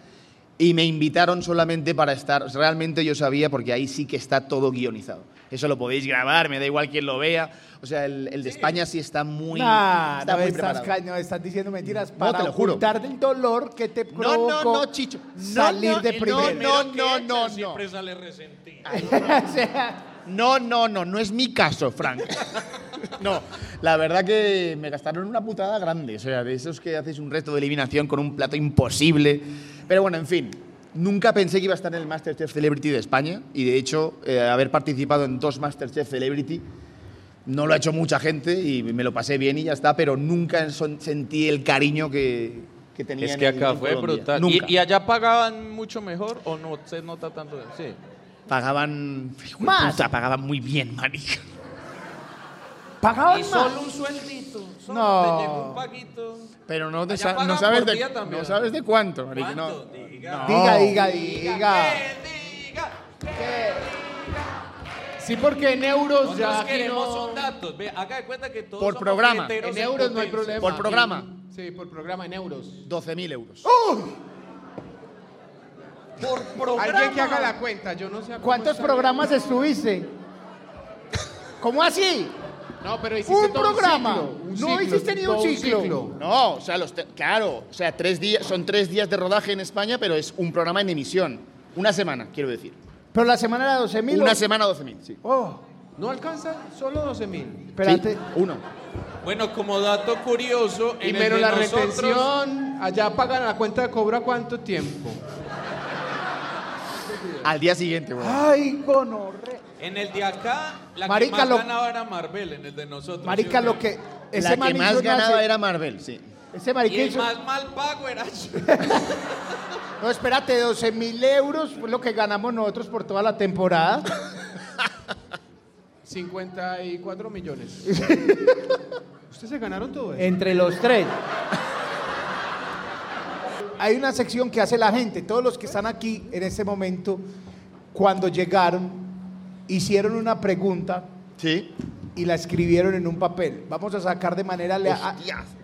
I: y me invitaron solamente para estar, o sea, realmente yo sabía porque ahí sí que está todo guionizado. Eso lo podéis grabar, me da igual quien lo vea. O sea, el, el de España sí está muy,
C: Nah,
I: está
C: no,
I: muy
C: estás,
I: preparado.
C: ca- no estás diciendo mentiras para
I: te lo juro.
C: ocultar del dolor que te
I: No,
C: provocó
I: no, no, Chicho. No,
C: salir
I: no,
C: de
I: no,
C: primero.
I: no,
D: Pero que
I: no,
D: echan
I: no, no.
D: Siempre sale resentido.
C: O sea,
I: No, no, no, no es mi caso, Frank. No, la verdad que me gastaron una putada grande. O sea, de esos que haces un resto de eliminación con un plato imposible. Pero bueno, en fin. Nunca pensé que iba a estar en el Masterchef Celebrity de España. Y de hecho, eh, haber participado en dos Masterchef Celebrity no lo ha hecho mucha gente y me lo pasé bien y ya está. Pero nunca son- sentí el cariño que, que tenía.
D: Es
I: en
D: que
I: el-
D: acá
I: en
D: fue
I: Colombia.
D: brutal. ¿Y,
I: Nunca.
D: y allá pagaban mucho mejor o no se nota tanto? Sí.
I: Pagaban. hijo de
C: Más.
I: puta, pagaban muy bien, marica.
C: pagaban
D: Y
C: más.
D: solo un sueldito. Solo
C: No.
D: te llegó un paguito.
I: Pero no, te
D: Allá
I: sa- no
D: pagan
I: sabes
D: por
I: de
D: día también.
I: no sabes de cuánto, marica, no.
D: ¿Cuánto? Diga.
C: Diga, diga, diga.
D: Que diga.
E: Sí, porque en euros
D: Nosotros
E: ya. aquí
D: queremos
E: no-
D: son datos. Ve, haga de cuenta que todos
I: Por
D: somos
I: programa.
D: billeteros
E: En euros no hay
D: potencia.
E: problema.
I: Por programa.
E: Sí, por programa en euros.
I: 12.000 euros.
D: Por programa.
E: Alguien que haga la cuenta, yo no sé. a cómo
C: ¿Cuántos
E: está-
C: programas estuviste? ¿Cómo así?
E: No, pero hiciste
C: ¿Un
E: todo
C: programa?
E: Un ciclo, un
C: No
E: ciclo,
C: hiciste ni un
E: todo
C: ciclo.
I: No, o sea, los te- claro, o sea, tres días, son tres días de rodaje en España, pero es un programa en emisión. Una semana, quiero decir.
C: Pero la semana era 12 mil.
I: Una semana, 12.000, sí.
C: Oh,
E: No alcanza solo 12 mil.
C: espérate.
I: Sí, uno.
D: Bueno, como dato curioso,
E: Y
D: en el
E: menos
D: de
E: la
D: nosotros-
E: retención, allá pagan la cuenta de cobro a cuánto tiempo.
I: Al día siguiente, güey.
C: Ay, gonorre.
D: En el de acá, la
C: Marica,
D: que más
C: lo-
D: ganaba era Marvel, en el de nosotros.
C: Marica,
D: ¿sí o
C: lo
D: no?
C: que. Ese
I: La que
C: man
I: más
C: hizo una
I: ganaba
C: se-
I: era Marvel, sí.
C: Ese
D: Y
C: marica
D: el
C: hizo.
D: más mal pago era yo.
C: No, espérate, 12 mil euros fue lo que ganamos nosotros por toda la temporada.
E: 54 millones. ¿Ustedes se ganaron todo eso?
C: Entre los tres. Hay una sección que hace la gente. Todos los que están aquí en este momento, cuando llegaron, hicieron una pregunta
I: Sí.
C: y la escribieron en un papel. Vamos a sacar de manera alea-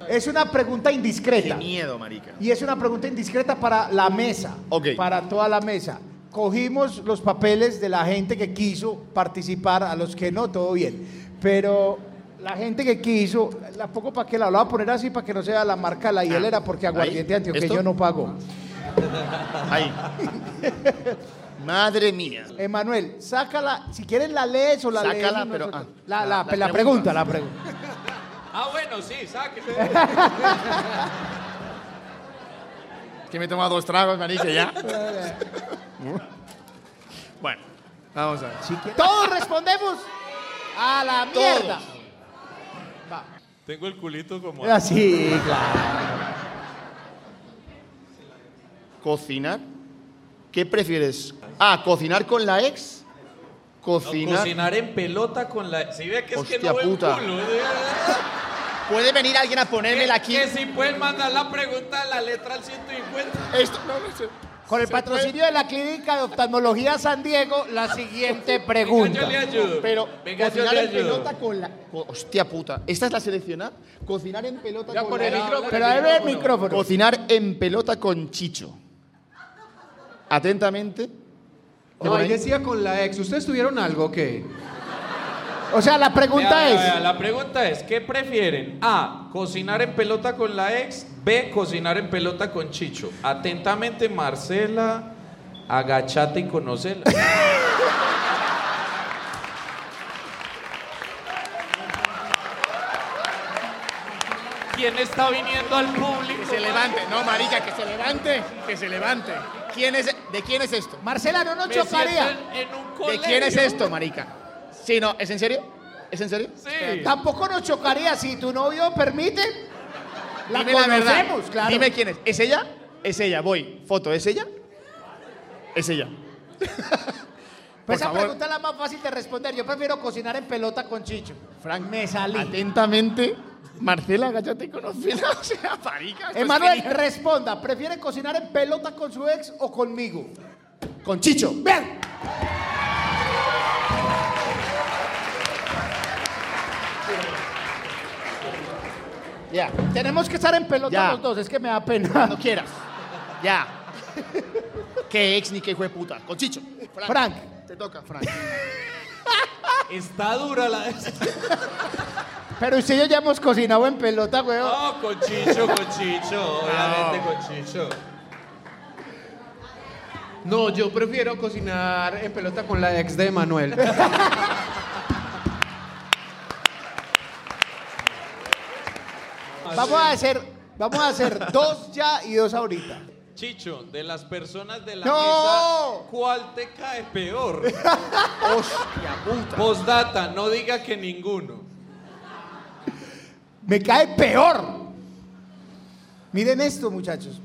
C: Es una pregunta
I: Ah, Qué
C: indiscreta.
I: miedo, marica.
C: Y es una pregunta indiscreta para la mesa.
I: Ok.
C: Para toda la mesa. Cogimos los papeles de la gente que quiso participar, a los que no, todo bien. Pero la gente que quiso, la poco para que la lo voy a poner así para que no sea la marca de la hielera, porque aguardiente
I: Ah. ahí,
C: antioqueño
I: ¿esto?
C: no pagó.
I: Ahí. Madre mía.
C: Emanuel, sácala. Si quieres la lees o la lees.
I: Sácala,
C: y
I: pero,
C: nosotros-
I: ah,
C: la, la, la
I: la- la
C: pregunta, la pregunta.
D: Ah, bueno, sí, sáquese.
I: Es que me he tomado dos tragos, manique, ya. bueno, vamos a ver.
C: Todos respondemos a la mierda.
D: Tengo el culito como.
C: Así, claro.
I: ¿Cocinar? ¿Qué prefieres? Ah, ¿cocinar con la ex?
D: Cocinar.
I: ¿Cocinar?
D: en pelota con la. Si ve que es que
I: Hostia
D: no veo el
I: puta.
D: culo. ¿sí?
I: ¿Puede venir alguien a
D: Que,
I: ponérmela aquí?
D: que si pueden mandar la pregunta a la letra al 150.
I: Esto, no, no sé.
C: Con el patrocinio de la Clínica de Oftalmología San Diego, la siguiente
D: Venga,
C: pregunta.
D: yo le ayudo.
I: Pero
D: Venga, yo
I: cocinar
D: le
I: en
D: ayudo.
I: pelota con la... co- Hostia puta. ¿Esta es la seleccionada? Cocinar en pelota con la ex.
C: Pero ahí ve el micrófono.
I: Cocinar en pelota con Chicho. Atentamente.
E: No, ahí decía con la ex. ¿Ustedes tuvieron algo o qué?
C: O sea, la
D: Vea,
C: pregunta
D: vea,
C: es.
D: vea, la pregunta es, ¿qué prefieren? A, cocinar en pelota con la ex, B, cocinar en pelota con Chicho. Atentamente, Marcela, agachate y conocela. ¿Quién está viniendo al público?
I: levante. No, marica, que se levante. Que se levante. ¿Quién es, ¿De quién es esto?
C: Marcela, no nos
D: Me siento
C: chocaría.
D: en, en un
I: ¿De
D: colegio.
I: quién es esto, marica? Sí, no, ¿es en serio? ¿Es en serio?
D: Sí.
C: Tampoco nos chocaría si tu novio permite. La
I: Dime la
C: conocemos,
I: verdad.
C: claro.
I: Dime quién es. ¿Es ella? Es ella, voy. Foto, ¿es ella? Es ella.
C: Pues
I: Por
C: esa
I: favor.
C: pregunta es la más fácil de responder. Yo prefiero cocinar en pelota con Chicho.
I: Frank,
C: Me salí.
I: Atentamente, Marcela, agáchate con conocida. O sea, marica. esto es
C: Emanuel,
I: genial.
C: responda. ¿Prefiere cocinar en pelota con su ex o conmigo?
I: Con Chicho.
C: ¡Vean!
I: Ya.
C: Tenemos que estar en pelota
I: Ya.
C: los dos. Es que me da
I: No
C: pena.
I: quieras. Ya. qué ex ni qué hijo de puta. Con Chicho.
C: Frank.
I: Te toca, Frank.
D: Está dura la...
C: Pero usted y yo ya hemos cocinado en pelota, weón.
D: No, con Chicho, con Chicho. Obviamente con Chicho.
E: No, yo prefiero cocinar en pelota con la ex de Manuel.
C: Vamos a hacer, vamos a hacer dos ya y dos ahorita.
D: Chicho, de las personas de la
C: ¡No!
D: mesa, ¿cuál te cae peor? Hostia puta. Postdata, no diga que ninguno.
C: Me cae peor. Miren esto, muchachos.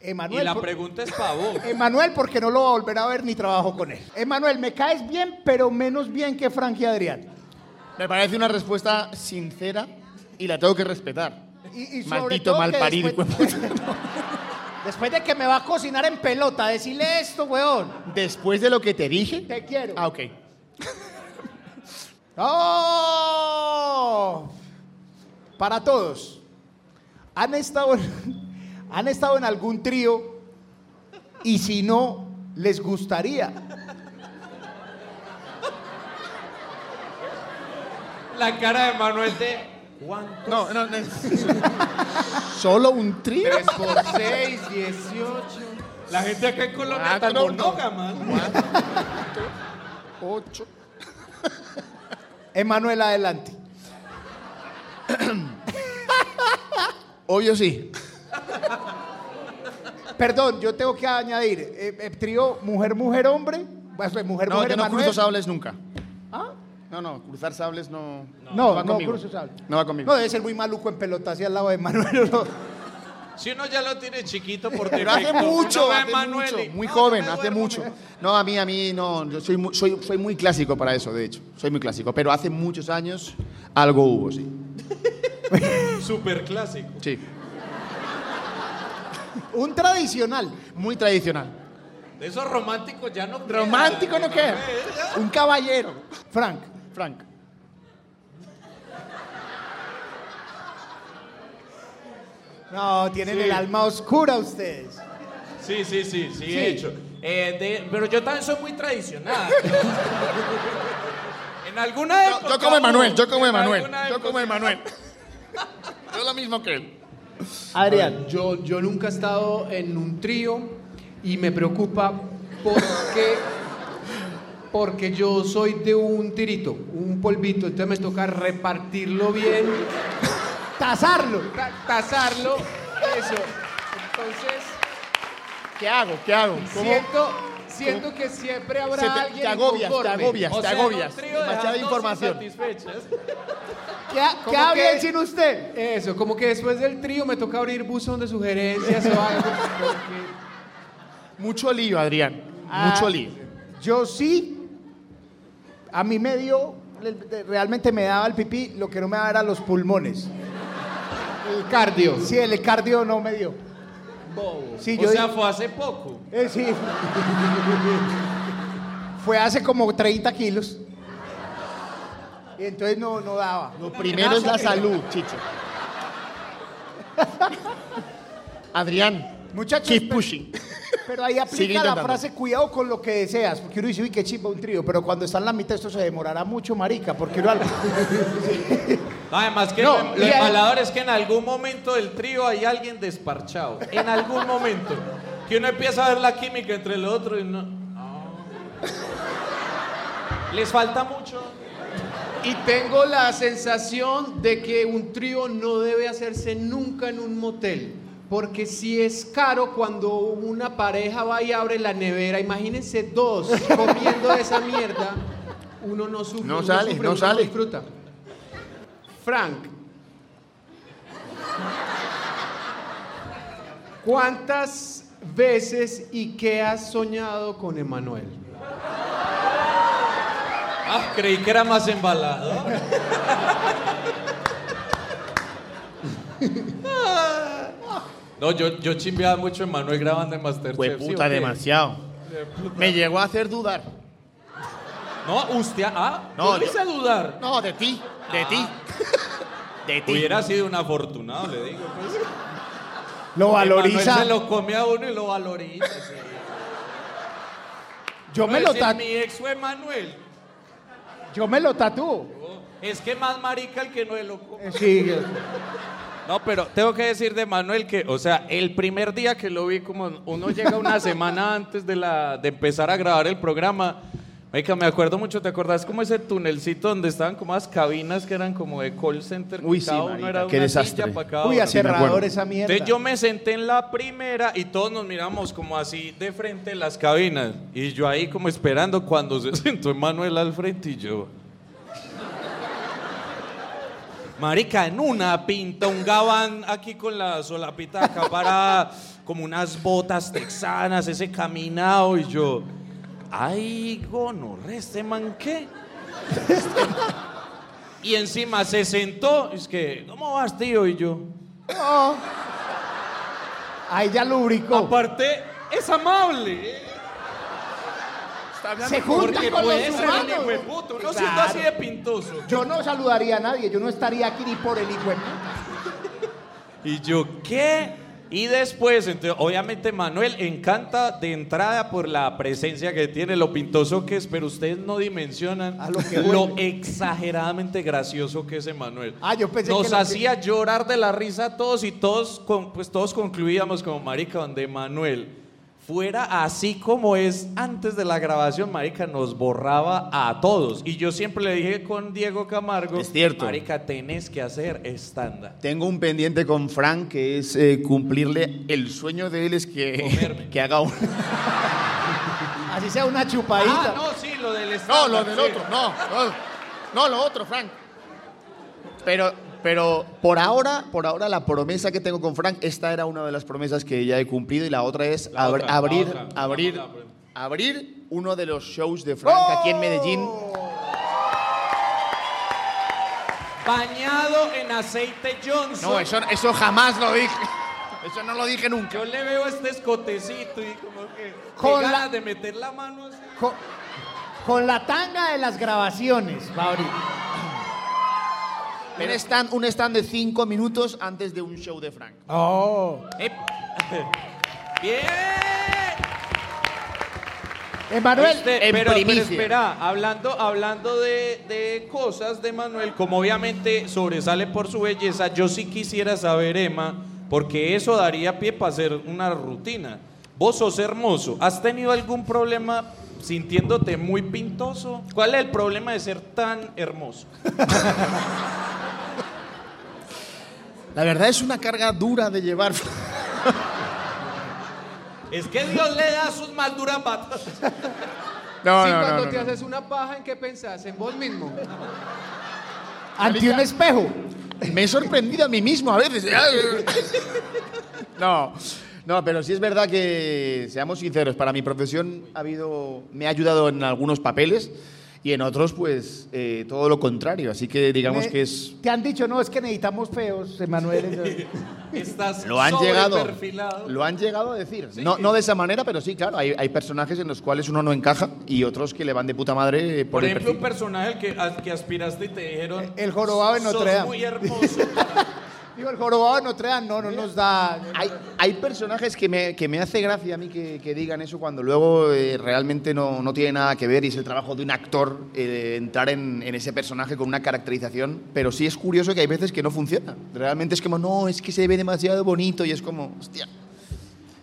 D: Y
C: Emanuel,
D: la
C: por-
D: pregunta es pavón.
C: Emanuel, porque no lo va a volver a ver ni trabajo con él. Emanuel, me caes bien, pero menos bien que Frank y Adrián.
I: Me parece una respuesta sincera y la tengo que respetar.
C: Y, y sobre
I: Maldito
C: todo que
I: malparido, hijo de
C: después,
I: puta.
C: después de que me va a cocinar en pelota, decirle esto, weón.
I: Después de lo que te dije.
C: Te quiero.
I: Ah, ok.
C: ¡Oh! Para todos. ¿Han estado, en, ¿Han estado en algún trío? Y si no, ¿les gustaría?
D: La cara de Manuel de. Juan.
I: No, no, no. Solo un trío.
E: 3 por 6, 18.
D: La gente acá en Colombia está
I: Cuatro, no.
D: monógama.
I: Ocho.
C: Emanuel, adelante.
I: Obvio sí.
C: Perdón, yo tengo que añadir. eh, eh, trío mujer, mujer, hombre. Pues, eh, Mujer,
I: No,
C: mujer,
I: yo no
C: Emanuel.
I: cruzo sables nunca.
C: ¿Ah?
I: No, no, cruzar sables no.
C: No,
I: va
C: no,
I: conmigo.
C: cruzo sable.
I: No va conmigo.
C: No, debe ser muy maluco en pelota así al lado de Emanuel. ¿no?
D: Si uno ya lo tiene chiquito por
I: Pero
D: defecto.
I: hace
D: Uno
I: mucho,
D: ve a
I: hace
D: Manuel
I: mucho,
D: y,
I: muy
D: "No,
I: joven,
D: yo me
I: hace
D: duermo,
I: mucho.
D: me-
I: No, a mí, a mí, no, yo soy, muy- soy, soy muy clásico para eso, de hecho, soy muy clásico, pero hace muchos años algo hubo, sí.
D: Súper clásico.
I: Sí,
C: Un tradicional.
I: muy tradicional.
D: De esos románticos ya no. queda.
I: Romántico no queda, un caballero.
C: Frank,
I: Frank,
C: no, tienen el alma oscura ustedes.
D: Sí, sí, sí, sí, he hecho. Eh, de- pero yo también soy muy tradicional. en alguna
I: Yo-
D: época.
I: yo como Emanuel,
D: hubo-
I: yo como
D: en
I: Emanuel,
D: alguna
I: yo
D: época-
I: como Emanuel. Yo lo mismo que él.
C: Adrián.
E: Yo, yo nunca he estado en un trío y me preocupa porque, porque yo soy de un tirito, un polvito, entonces me toca repartirlo bien,
C: Tasarlo.
E: ta- tasarlo, eso. Entonces
I: ¿Qué hago? ¿Qué hago? ¿Cómo?
E: siento, siento que siempre habrá
I: Se te-
E: alguien
I: te agobias, te
E: inconforme.
I: agobias,
D: O
I: te
D: sea, en un
I: agobias.
D: trío de
I: Demasiada
D: las dos
I: información.
D: insatisfechas.
C: ¿Qué, ha- qué
E: ¿Cómo
C: habla
E: que?
C: el chino usted?
E: Eso, como que después del trío me toca abrir buzón de sugerencias o algo. porque-
I: Mucho lío, Adrián.
C: Ah.
I: Mucho lío.
C: Yo sí, a mí me dio, realmente me daba el pipí, lo que no me daba era los pulmones.
E: El cardio.
C: Sí, el cardio no me dio. Sí, yo
D: o sea,
C: di-
D: fue hace poco.
C: eh, sí. Fue hace como 30 kilos. Y entonces no, no daba.
I: Lo primero es la salud, Chicho. Adrián,
C: Muchachos,
I: keep
C: pero-
I: pushing.
C: Pero ahí
I: Sigue
C: aplica la
I: intentando.
C: frase cuidado con lo que deseas, porque uno dice, uy, qué chimba un trío, pero cuando está en la mitad esto se demorará mucho, marica, porque uno al-
D: Además que
C: No,
D: lo,
C: y
D: lo
C: a-
D: embalador es que en algún momento del trío hay alguien desparchado. En algún momento. Que uno empieza a ver la química entre el otro y no. Les falta mucho.
E: Y tengo la sensación de que un trío no debe hacerse nunca en un motel. Porque si es caro cuando una pareja va y abre la nevera, imagínense dos comiendo esa mierda, uno no sufre.
I: No
E: uno
I: sale,
E: sufre,
I: no
E: uno
I: sale.
E: disfruta. Frank, ¿cuántas veces y qué has soñado con Emanuel?
D: Ah, creí que era más embalado. No, yo, yo chimbeaba mucho en Manuel grabando en Masterchef.
I: Fue
D: ¿sí o
I: puta,
D: qué?
I: demasiado. Me llegó a hacer dudar.
D: No, usted. Ah,
I: No,
D: no,
I: yo-
D: hice dudar.
I: No, de ti, de ti. De ti.
D: Hubiera sido un afortunado, le digo. pues.
C: lo
D: Emanuel
C: valoriza.
D: Se lo come a uno y lo valoriza. sí.
C: Yo,
D: No,
C: me lo
D: ese es
C: ta-
D: Mi ex fue Manuel.
C: yo me lo tatúo.
D: Es que más marica el que no es loco.
C: Eh, Sí,
D: No, pero tengo que decir de Manuel que, o sea, el primer día que lo vi, como uno llega una semana antes de, la, de empezar a grabar el programa, marica, me acuerdo mucho, ¿te acordás como ese tunelcito donde estaban como las cabinas que eran como de call center? que
I: Uy, sí,
D: cada uno
I: marica,
D: era
I: qué
D: una
I: desastre.
D: silla pa' cada
C: uy,
D: uno.
C: a cerrador
I: acuerdo.
C: esa mierda.
D: Entonces yo me senté en la primera y todos nos miramos como así de frente en las cabinas. Y yo ahí como esperando cuando se sentó Emanuel al frente y yo. Marica, en una pinta un gabán aquí con la solapita acá para como unas botas texanas, ese caminado y yo. Ay, gono, este man qué. Y encima se sentó, es que, ¿cómo vas, tío? Y yo,
C: Ahí ya lubricó.
D: Aparte, es amable.
C: Se junta
D: Porque
C: con
D: puede
C: los
D: ser un hijo de
C: humanos.
D: puto. No
C: Claro.
D: siendo así de pintoso.
C: Yo no saludaría a nadie, yo no estaría aquí ni por el hijo. de puta.
D: Y yo, ¿qué? Y después, entonces, obviamente Manuel encanta de entrada por la presencia que tiene, lo pintoso que es, pero ustedes no dimensionan
C: A lo que
D: lo
C: huele.
D: exageradamente gracioso que es Emanuel.
C: Ah, yo pensé
D: Nos
C: que lo que-
D: hacía llorar de la risa a todos y todos, con- pues todos concluíamos como marica, donde Manuel fuera así como es antes de la grabación, marica, nos borraba a todos. Y yo siempre le dije con Diego Camargo,
I: Es cierto.
D: marica, tenés que hacer estándar.
I: Tengo un pendiente con Frank que es eh, cumplirle el sueño de él es que,
D: Comerme.
I: que haga un.
C: Así sea una chupadita.
D: Ah, no, sí, lo del
I: No,
D: estándar,
I: lo del
D: sí.
I: otro, no, no. No, lo otro, Frank. Pero, pero por ahora, por ahora la promesa que tengo con Frank, esta era una de las promesas que ya he cumplido y la otra es
D: La
I: abr-
D: otra, la
I: abrir,
D: otra.
I: abrir,
D: Vamos a la
I: abrir uno de los shows de Frank aquí en Medellín.
D: Bañado en aceite Johnson.
I: No, eh. eso, eso jamás lo dije. Eso no lo dije nunca.
D: Yo le veo este escotecito y como que
C: Con
D: con
C: la-
D: ganas de meter la mano así.
C: Con, con la tanga de las grabaciones, va a abrir.
I: Un stand, un stand de cinco minutos antes de un show de Frank.
D: ¡Ep! ¡Bien!
C: Emanuel,
D: Este,
I: en
D: pero, pero
I: primicia.
D: espera, hablando, hablando de, de cosas de Manuel, como obviamente sobresale por su belleza, yo sí quisiera saber, Emma, porque eso daría pie para hacer una rutina. Vos sos hermoso. ¿Has tenido algún problema sintiéndote muy pintoso? ¿Cuál es el problema de ser tan hermoso?
I: La verdad es una carga dura de llevar.
D: Es que Dios le da sus más duras patas.
I: No,
H: sí, cuando te haces una paja, ¿en qué pensás? ¿En vos mismo?
C: Ante un espejo.
I: Me he sorprendido a mí mismo a veces. No, no, pero sí es verdad que, seamos sinceros, para mi profesión ha habido, me ha ayudado en algunos papeles y en otros, pues, eh, todo lo contrario. Así que digamos
C: Me-
I: que es...
C: Te han dicho, no, es que necesitamos feos, Emanuel.
D: Estás
I: Lo han llegado,
D: sobreperfilado.
I: lo han llegado a decir. No, no de esa manera, pero sí, claro, hay, hay personajes en los cuales uno no encaja y otros que le van de puta madre eh, por,
D: Por,
I: el
D: ejemplo, un
I: perfil.
D: personaje al que, al que aspiraste y te dijeron.
C: El jorobado de
D: "Sos
C: eh, Notre Dame".
D: muy hermoso.
C: Digo, el jorobado de Notre Dame, no, no nos da.
I: Hay, hay personajes que me, que me hace gracia a mí que, que digan eso cuando luego eh, realmente no, no tiene nada que ver y es el trabajo de un actor eh, entrar en, en ese personaje con una caracterización. Pero sí es curioso que hay veces que no funciona. Realmente es como, no, es que se ve demasiado bonito y es como, hostia.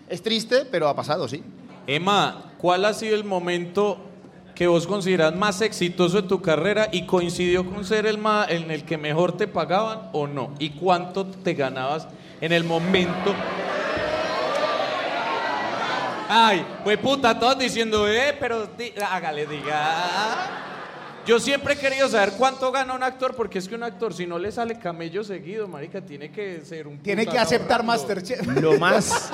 I: Es triste, pero ha pasado, sí.
D: Emma, ¿cuál ha sido el momento que vos considerás más exitoso de tu carrera y coincidió con ser el ma- en el que mejor te pagaban o no? ¿Y cuánto te ganabas en el momento? Ay, pues puta, todos diciendo, eh, pero di- hágale, diga. Yo siempre he querido saber cuánto gana un actor, porque es que un actor, si no le sale camello seguido, marica, tiene que ser un
C: Tiene que
D: putazo
C: aceptar
D: ahorrando.
C: Masterchef.
I: Lo más...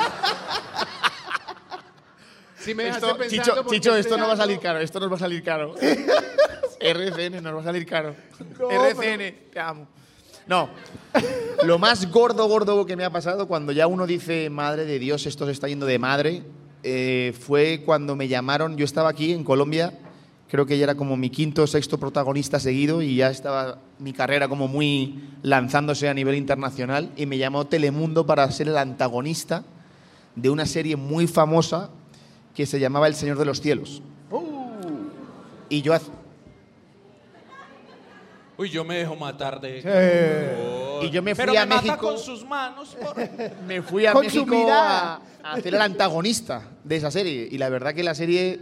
H: Si me dejaste
I: Esto,
H: pensando
I: Chicho,
H: porque
I: Chicho,
H: este
I: esto no va a
H: año-
I: salir caro, esto nos va a salir caro. RCN nos va a salir caro. RCN, te amo. No, lo más gordo, gordo que me ha pasado cuando ya uno dice, madre de Dios, esto se está yendo de madre, eh, fue cuando me llamaron, yo estaba aquí en Colombia, creo que ya era como mi quinto o sexto protagonista seguido y ya estaba mi carrera como muy lanzándose a nivel internacional y me llamó Telemundo para ser el antagonista de una serie muy famosa que se llamaba El Señor de los Cielos. Y yo, haz-
D: Uy, yo me dejo matar de.
I: Y yo me fui
D: Pero
I: a
D: me mata
I: México.
D: con sus manos. por-
I: me fui a
C: Con su
I: México
C: mirada.
I: a, a hacer el antagonista de esa serie. Y la verdad que la serie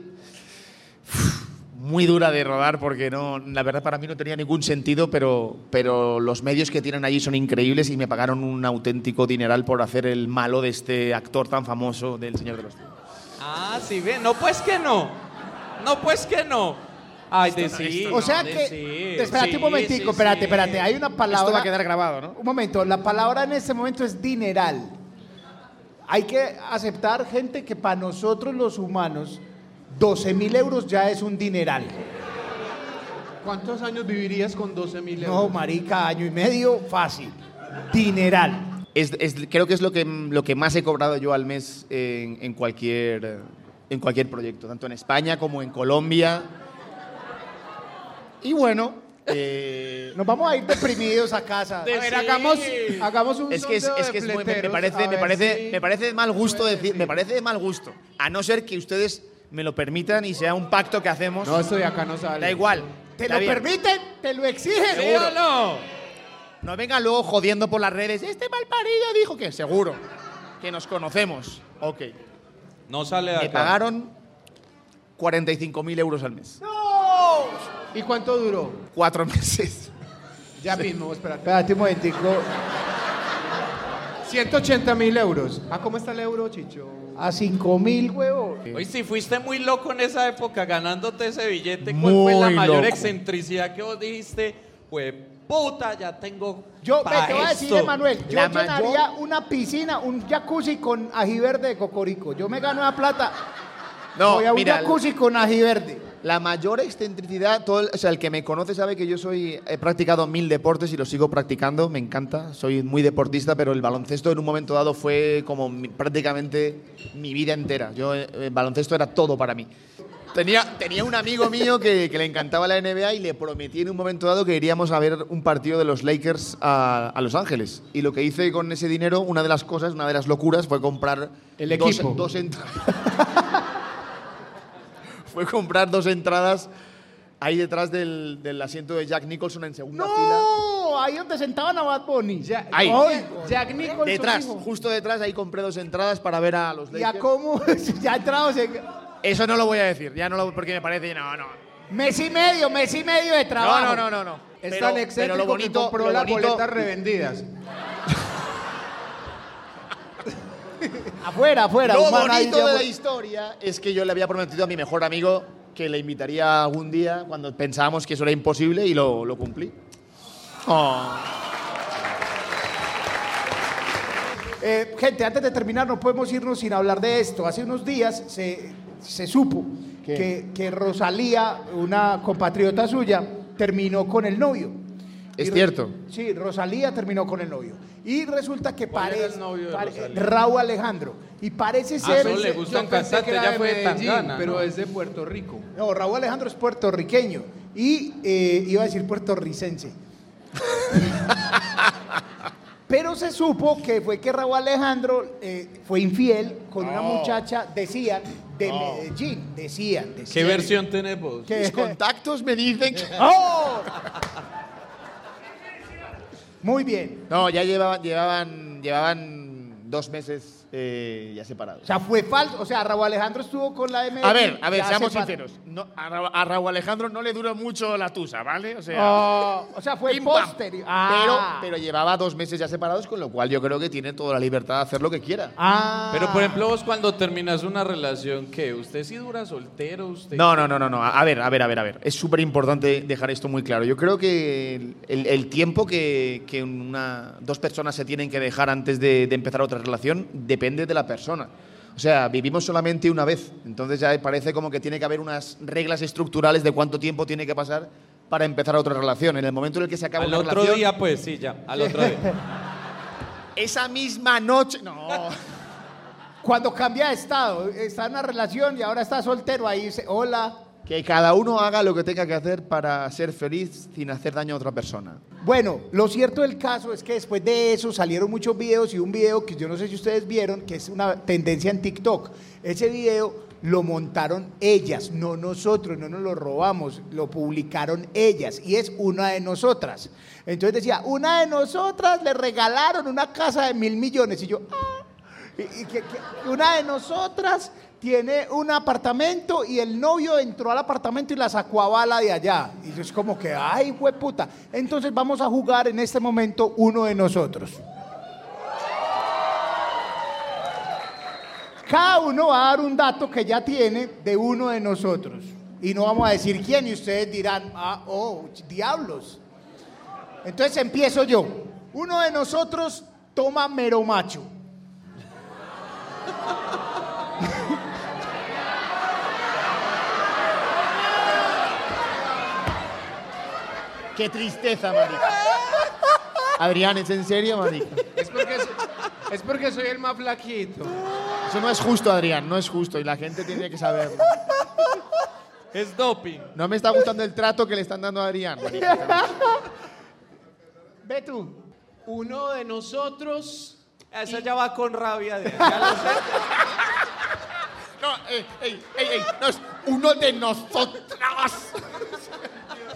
I: uf, muy dura de rodar porque no, la verdad para mí no tenía ningún sentido, pero, pero los medios que tienen allí son increíbles y me pagaron un auténtico dineral por hacer el malo de este actor tan famoso del Señor de los Cielos.
D: Ah, sí, bien. No, pues que no. No, pues que no. Ay, de sí.
C: O sea
D: de
C: que.
D: sí,
C: Espérate
D: sí,
C: un momentico,
D: sí, sí.
C: espérate, espérate. Hay una palabra.
I: Esto va a quedar grabado, ¿no?
C: Un momento, la palabra en este momento es dineral. Hay que aceptar, gente, que para nosotros los humanos, 12 mil euros ya es un dineral.
H: ¿Cuántos años vivirías con 12 mil
C: No,
H: euros?
C: marica, año y medio, fácil. Dineral.
I: Es, es- creo que es lo que, lo que más he cobrado yo al mes en, en cualquier, en cualquier proyecto, tanto en España como en Colombia. Y bueno, eh,
C: Nos vamos a ir deprimidos a casa.
D: De
H: A ver,
D: sí.
H: hagamos, hagamos un
I: es que, es,
H: sondeo
I: es
H: de
I: que es muy- me, me
H: fleteros,
I: parece,
H: a
I: me,
H: ver
I: parece,
H: si-
I: me parece de mal gusto
H: puede
I: decir, me parece de mal gusto, a no ser que ustedes me lo permitan y sea un pacto que hacemos.
H: No, esto de acá no sale.
I: da igual.
C: ¿Te
I: está
C: lo
I: bien.
C: permiten? ¿Te lo exigen?
D: ¿Sí o no?
I: No vengan luego jodiendo por las redes. Este malparido dijo que seguro que nos conocemos. Ok.
D: No sale de
C: Ah,
I: Me
D: acá.
I: pagaron 45.000 euros al mes.
H: ¿Y cuánto duró?
I: Cuatro meses.
H: Ya mismo, espérate.
C: Espérate un momentico.
H: 180 mil euros. Ah, ¿cómo está el euro, Chicho?
C: A 5 mil, huevo.
D: Oye, si fuiste muy loco en esa época ganándote ese billete, ¿cuál fue la
I: Muy
D: mayor
I: loco.
D: excentricidad que vos dijiste? Pues puta, ya tengo.
C: Yo me
D: pa'
C: te voy a decir,
D: esto.
C: Emanuel, yo
I: La
C: llenaría una piscina, un jacuzzi con ají verde de cocorico. Yo me gano la plata.
I: No,
C: voy a un
I: mira,
C: jacuzzi con ají verde.
I: la mayor excentricidad, todo el, o sea, el que me conoce sabe que yo soy, he practicado mil deportes y lo sigo practicando, me encanta, soy muy deportista, pero el baloncesto en un momento dado fue como mi- prácticamente mi vida entera. Yo, eh, el baloncesto era todo para mí. Tenía, tenía un amigo mío que, que le encantaba la NBA y le prometí en un momento dado que iríamos a ver un partido de los Lakers a, a Los Ángeles. Y lo que hice con ese dinero, una de las cosas, una de las locuras, fue comprar
H: El
I: dos-
H: equipo.
I: dos entradas fue comprar dos entradas ahí detrás del, del asiento de Jack Nicholson en segunda fila.
C: ¡No! no, ahí donde sentaban a Bad Bunny.
E: Jack-
I: Ahí.
E: Ay, Jack Nicholson.
I: Detrás,
E: hijo.
I: justo detrás, ahí compré dos entradas para ver a los
C: y a
I: Lakers.
C: cómo, ya entrados en-
I: Eso no lo voy a decir, ya no lo, porque me parece, no, no.
C: Mes y medio, mes y medio de trabajo.
I: No, no, no, no, no.
E: Es tan excéntrico que compró las boletas revendidas.
C: Afuera, afuera.
I: Lo
C: un man ahí
I: bonito de
C: ya-
I: la historia es que yo le había prometido a mi mejor amigo que le invitaría algún día cuando pensábamos que eso era imposible y lo, lo cumplí.
C: Eh, gente, antes de terminar, no podemos irnos sin hablar de esto. Hace unos días se, se supo
I: ¿Qué?
C: que, que Rosalía, una compatriota suya, terminó con el novio.
I: Es
C: Y re-
I: cierto.
C: Sí, Rosalía terminó con el novio. Y resulta que
D: ¿Cuál era
C: parece.
D: el novio de
C: pare-
D: Rosalía?
C: Raúl Alejandro. Y parece
D: Ah,
C: ser.
D: solo le gusta un cantante, ya fue de Tangana.
E: pero
D: ¿no?
E: es de Puerto Rico.
C: No, Raúl Alejandro es puertorriqueño. Y eh, iba a decir puertorricense. Pero se supo que fue que Raúl Alejandro eh, fue infiel con una
I: Oh.
C: muchacha, decían, de Medellín. Decían,
D: ¿Qué
C: decían.
D: versión tenemos?
C: Que-
I: Mis contactos me dicen que...
C: ¡Oh! Muy bien.
I: No, ya llevaban, llevaban, llevaban dos meses eh, ya separados.
C: O sea, fue falso. O sea, Raúl Alejandro estuvo con la de Medellín.
I: A ver, a ver,
C: ya
I: seamos
C: se pa-
I: sinceros. No, a, Ra- a Raúl Alejandro no le duró mucho la tusa, ¿vale? O sea,
C: Oh, o sea, fue
I: pim, pam.
C: posterior. Ah.
I: Pero, pero llevaba dos meses ya separados, con lo cual yo creo que tiene toda la libertad de hacer lo que quiera.
C: Ah.
D: Pero por ejemplo, vos cuando terminas una relación, ¿qué? ¿Usted sí dura soltero? ¿Usted
I: No, no, no, no, no. A a ver, a ver, a ver, a ver. Es súper importante dejar esto muy claro. Yo creo que el, el- el tiempo que, que una- dos personas se tienen que dejar antes de, de empezar otra relación depende de la persona. O sea, vivimos solamente una vez. Entonces ya parece como que tiene que haber unas reglas estructurales de cuánto tiempo tiene que pasar para empezar otra relación. En el momento en el que se acaba
D: Al
I: una
D: otro
I: relación,
D: día, pues sí, ya. Al otro día.
I: esa misma noche. No.
C: Cuando cambia de estado, está en una relación y ahora está soltero, ahí dice, hola.
I: que cada uno haga lo que tenga que hacer para ser feliz sin hacer daño a otra persona.
C: Bueno, lo cierto del caso es que después de eso salieron muchos videos y un video que yo no sé si ustedes vieron, que es una tendencia en TikTok. Ese video lo montaron ellas, no nosotros, no nos lo robamos, lo publicaron ellas y es una de nosotras. Entonces decía, una de nosotras le regalaron una casa de mil millones y yo, ah. Y- y que- que una de nosotras tiene un apartamento y el novio entró al apartamento y la sacó a bala de allá. Y yo es como que, ay, puta. Entonces vamos a jugar en este momento uno de nosotros. Cada uno va a dar un dato que ya tiene de uno de nosotros. Y no vamos a decir quién y ustedes dirán, ah, oh, ch- diablos. Entonces empiezo yo. Uno de nosotros toma meromacho.
I: Qué tristeza, marica. Adrián, ¿es en serio, marica?
E: Es porque, es, es porque soy el más flaquito.
I: Eso no es justo, Adrián, no es justo y la gente tiene que saberlo.
D: es doping.
I: No me está gustando el trato que le están dando a Adrián. marica.
C: Ve tú.
E: Uno de nosotros.
D: Esa ya va con rabia. De
I: No, ey, ey, ey, ey, no es uno de nosotras.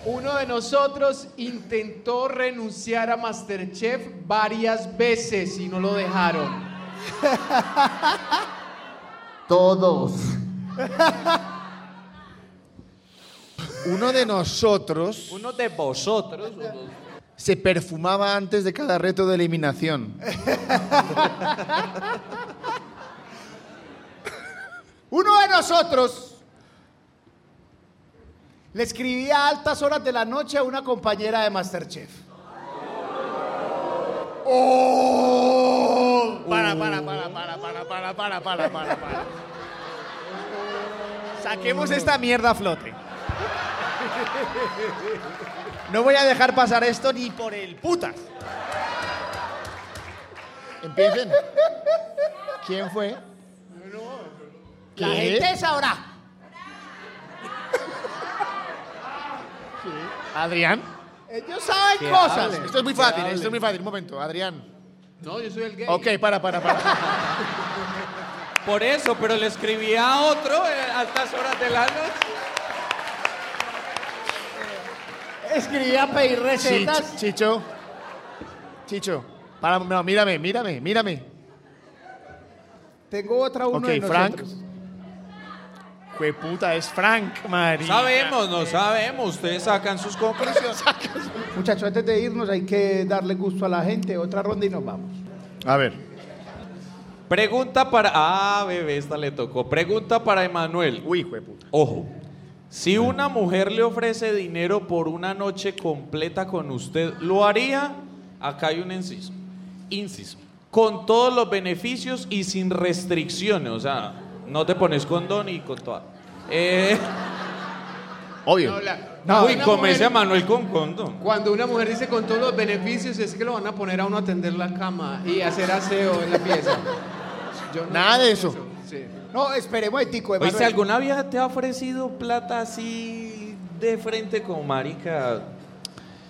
E: Uno de nosotros intentó renunciar a Masterchef varias veces y no lo dejaron.
I: Todos. Uno de nosotros
D: Uno de vosotros.
I: se perfumaba antes de cada reto de eliminación.
C: Uno de nosotros le escribía a altas horas de la noche a una compañera de Masterchef.
I: Oh.
C: Oh.
I: Para, para, para, para, para, para, para, para, para, para. Saquemos esta mierda a flote. No voy a dejar pasar esto ni por el putas. Empiecen. ¿Quién fue?
C: La
I: ¿Qué?
C: gente sabrá.
I: Adrián.
C: Ellos saben cosas.
I: Esto es muy fácil, esto es muy fácil. Un momento, Adrián.
E: No, yo soy el gay.
I: Ok, para, para, para.
D: Por eso, pero le escribía a otro eh, a estas horas de la noche.
C: Escribía a pedir
I: Chich-
C: recetas.
I: Chicho. Chicho, para, no, mírame, mírame, mírame.
C: Tengo otra uno
I: Ok,
C: de
I: Frank.
C: nosotros.
I: Jueputa, es Frank, María.
D: Sabemos, no sabemos. Ustedes sacan sus conclusiones.
C: Muchachos, antes de irnos hay que darle gusto a la gente. Otra ronda y nos vamos.
I: A ver.
D: Pregunta para. Ah, bebé, esta le tocó. Pregunta para Emanuel.
I: Uy, jueputa.
D: Ojo. Si una mujer le ofrece dinero por una noche completa con usted, ¿lo haría? Acá hay un inciso. Inciso. Con todos los beneficios y sin restricciones. O sea, no te pones condón y con toda. Eh,
I: Obvio.
E: No,
D: uy,
E: una
D: comece a
E: mujer-
D: Manuel con condón.
E: Cuando una mujer dice con todos los beneficios, es que lo van a poner a uno a atender la cama y hacer aseo en la pieza. Yo no
I: Nada de eso.
E: Sí.
C: No, esperemos a Tico. Emanuel.
D: Oíste, ¿alguna vieja te ha ofrecido plata así de frente con marica?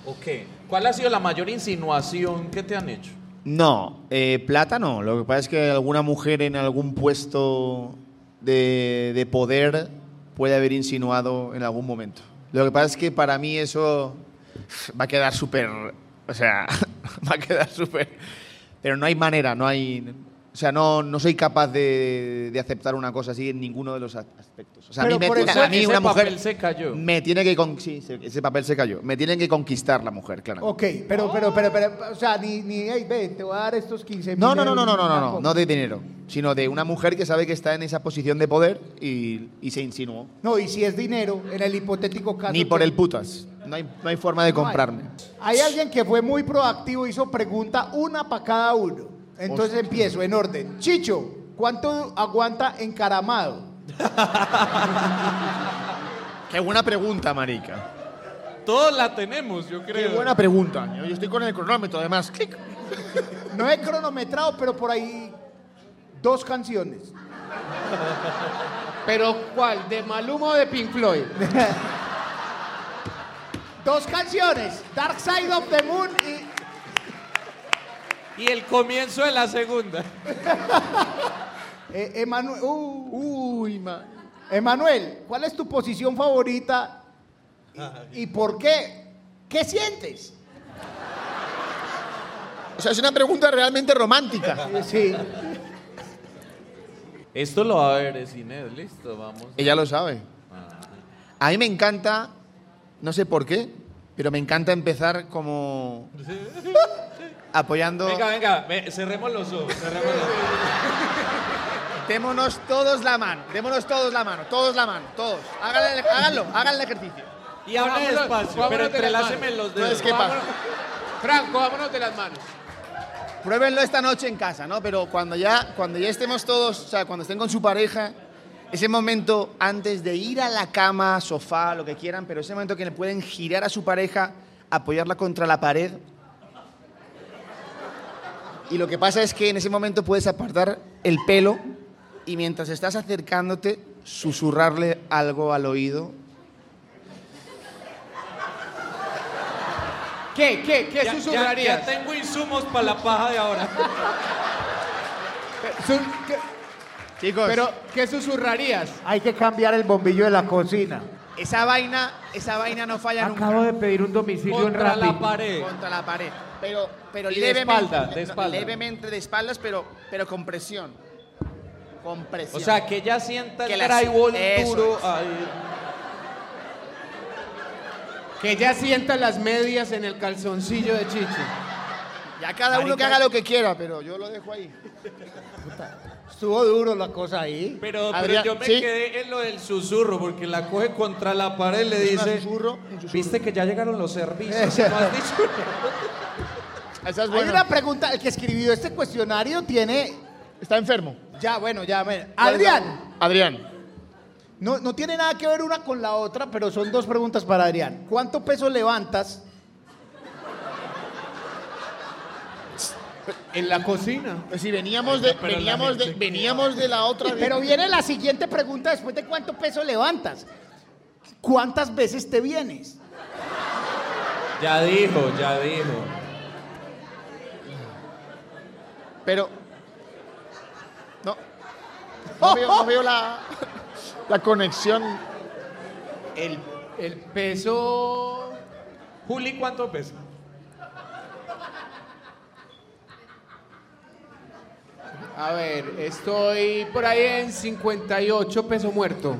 D: ¿O qué? ¿Cuál ha sido la mayor insinuación que te han hecho?
I: No, eh, plata no. Lo que pasa es que alguna mujer en algún puesto de, de poder puede haber insinuado en algún momento. Lo que pasa es que para mí eso va a quedar súper... O sea, va a quedar súper... Pero no hay manera, no hay... O sea, no, no soy capaz de, de aceptar una cosa así en ninguno de los a- aspectos. O sea, a mí,
C: Pero
I: me-
C: por eso-
I: a mí
D: ese
I: una mujer
D: papel se cayó.
I: me tiene que... con- sí, se- ese papel se cayó. Me tienen que conquistar la mujer, claro.
C: Ok, pero, pero, pero, pero, o sea, ni, ni, hey, ve, te voy a dar estos 15 mil.
I: No, no, no, no, no, no, no, no,
C: tampoco.
I: no de dinero, sino de una mujer que sabe que está en esa posición de poder y, y se insinuó.
C: No, y si es dinero, en el hipotético caso.
I: Ni por
C: que-
I: el putas. No hay, no hay forma de comprarme.
C: Hay alguien que fue muy proactivo, hizo pregunta una para cada uno. Entonces empiezo en orden. Chicho, ¿cuánto aguanta encaramado?
I: Qué buena pregunta, marica.
D: Todos la tenemos, yo
I: Qué
D: creo.
I: buena pregunta. Yo estoy con el cronómetro, además. Clic.
C: No he cronometrado, pero por ahí dos canciones.
E: Pero ¿cuál? ¿De Maluma o de Pink Floyd?
C: Dos canciones. Dark Side of the Moon y
D: Y el comienzo de la segunda.
C: eh, Emanuel. uh,
I: Uy, ma.
C: Emanuel, ¿cuál es tu posición favorita y, y por qué? ¿Qué sientes?
I: O sea, es una pregunta realmente romántica.
C: Eh, Sí.
D: Esto lo va a ver Esinés, listo, vamos.
I: Ella lo sabe. A mí me encanta, no sé por qué, pero me encanta empezar como apoyando...
D: Venga, venga, ve- cerremos los ojos. cerremos los ojos.
I: Démonos todos la mano, démonos todos la mano, todos la mano, todos. Háganle, háganlo, hagan el ejercicio.
D: Y habla
E: Vámonos,
D: despacio,
E: vámonos
D: pero
E: de las manos.
D: entreláceme los
I: No
D: dedos.
I: es que
E: vámonos.
I: pa-
E: Franco, vámonos de las manos.
I: Pruébenlo esta noche en casa, ¿no? Pero cuando ya, cuando ya estemos todos, o sea, cuando estén con su pareja, ese momento antes de ir a la cama, sofá, lo que quieran, pero ese momento que le pueden girar a su pareja, apoyarla contra la pared. Y lo que pasa es que en ese momento puedes apartar el pelo y mientras estás acercándote, susurrarle algo al oído
E: ¿Qué, qué, qué
D: Ya- ya, ya
E: susurrarías?
D: tengo insumos para la paja de ahora.
E: Su- ¿qué-
I: Chicos,
E: pero, ¿qué susurrarías?
C: Hay que cambiar el bombillo de la cocina.
I: esa vaina, esa vaina no falla
A: Acabo de pedir un domicilio en
D: Contra la
A: Rappi.
D: pared.
I: contra la pared. Pero, pero
D: Y de
I: levemente,
D: espalda, de
I: no,
D: espalda.
I: levemente de espaldas, pero, pero con presión. Con
D: O
I: presión.
D: sea, que ya sienta
I: Que
D: el
I: la-
D: drywall
I: eso
D: duro.
I: es.
D: ahí.
E: Que ya sienta las medias en el calzoncillo de Chicho.
I: ya cada uno que haga lo que quiera, pero yo lo dejo ahí.
C: Estuvo duro la cosa ahí.
D: Pero, pero
I: Adrián,
D: yo me
I: ¿sí?
D: quedé en lo del susurro, porque la coge contra la pared y le
I: Es un
D: dice...
I: susurro, un susurro.
D: Viste que ya llegaron los servicios. ¿no has dicho?
I: Esa es
C: Hay
I: buena.
C: una pregunta, el que escribió este cuestionario tiene...
I: Está enfermo.
C: Ya, bueno, ya, mira. Adrián,
I: Adrián.
C: no, no tiene nada que ver una con la otra, pero son dos preguntas para Adrián. ¿Cuánto peso levantas?
E: En la cocina.
I: Pues si veníamos de,
D: pero la
I: veníamos de,
D: gente-
I: veníamos de la otra.
C: Pero viene la siguiente pregunta después de cuánto peso levantas. ¿Cuántas veces te vienes?
D: Ya dijo, ya dijo.
I: Pero. No. No veo, no veo la, la conexión.
E: El, el peso.
D: Juli, ¿cuánto pesa?
E: A ver, estoy por ahí en 58 peso muerto.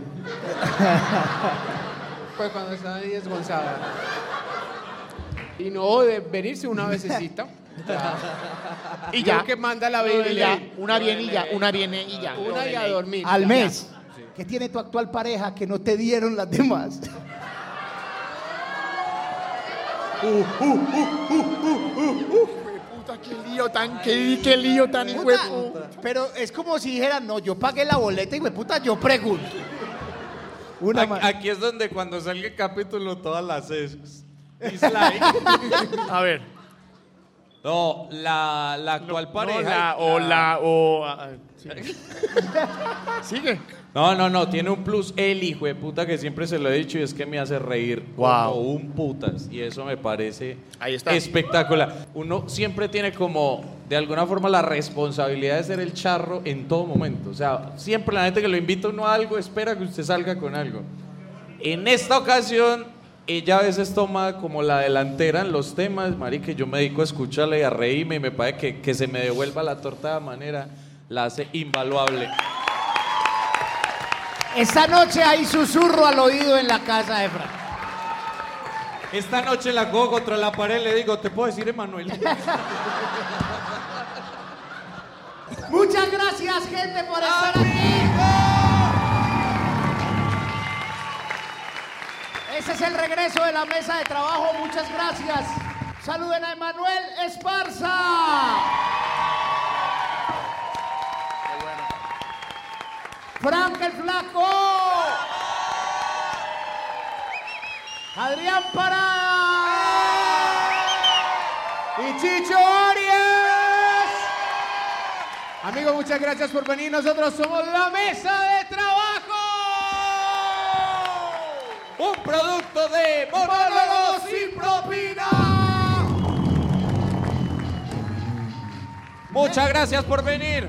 E: pues cuando estaba desgonzado. Y no, de venirse una vececita.
I: Y ya.
E: Yo que manda la
I: Y ya,
E: Biblia.
I: Una viene y ya, una viene y ya.
E: Una y a dormir.
C: Al
E: Ya.
C: mes. ¿Qué tiene tu actual pareja que no te dieron las demás?
I: Puta, qué lío tan, qué, qué lío tan huevo.
C: Pero es como si dijeran, no, yo pagué la boleta y me puta, yo pregunto. Una
D: Aquí,
C: más.
D: aquí es donde cuando salga el capítulo todas las es. dislike.
I: A ver.
D: No, la, la actual pareja.
I: Hola, hola, o. ah, sí. Sigue.
D: No, no, no, tiene un plus el hijo de puta que siempre se lo he dicho y es que me hace reír
I: Guau.
D: como un putas y eso me parece
I: Ahí está.
D: espectacular. Uno siempre tiene como de alguna forma la responsabilidad de ser el charro en todo momento, o sea, siempre la gente que lo invita a uno a algo espera que usted salga con algo. En esta ocasión ella a veces toma como la delantera en los temas, Mari, que yo me dedico a escucharla y a reírme y me parece que, que se me devuelva la torta de manera la hace invaluable.
C: Esta noche hay susurro al oído en la casa de Fran.
D: Esta noche la cojo contra la pared le digo, ¿te puedo decir Emanuel?
C: Muchas gracias, gente, por estar aquí. Ese es el regreso de la mesa de trabajo. Muchas gracias. Saluden a Emanuel Esparza. Frank el Flaco. Adrián Parada.
E: Y Chicho Arias. Amigos, muchas gracias por venir. Nosotros somos la mesa de trabajo.
D: Un producto de
E: Monólogos sin propina.
D: Muchas gracias por venir.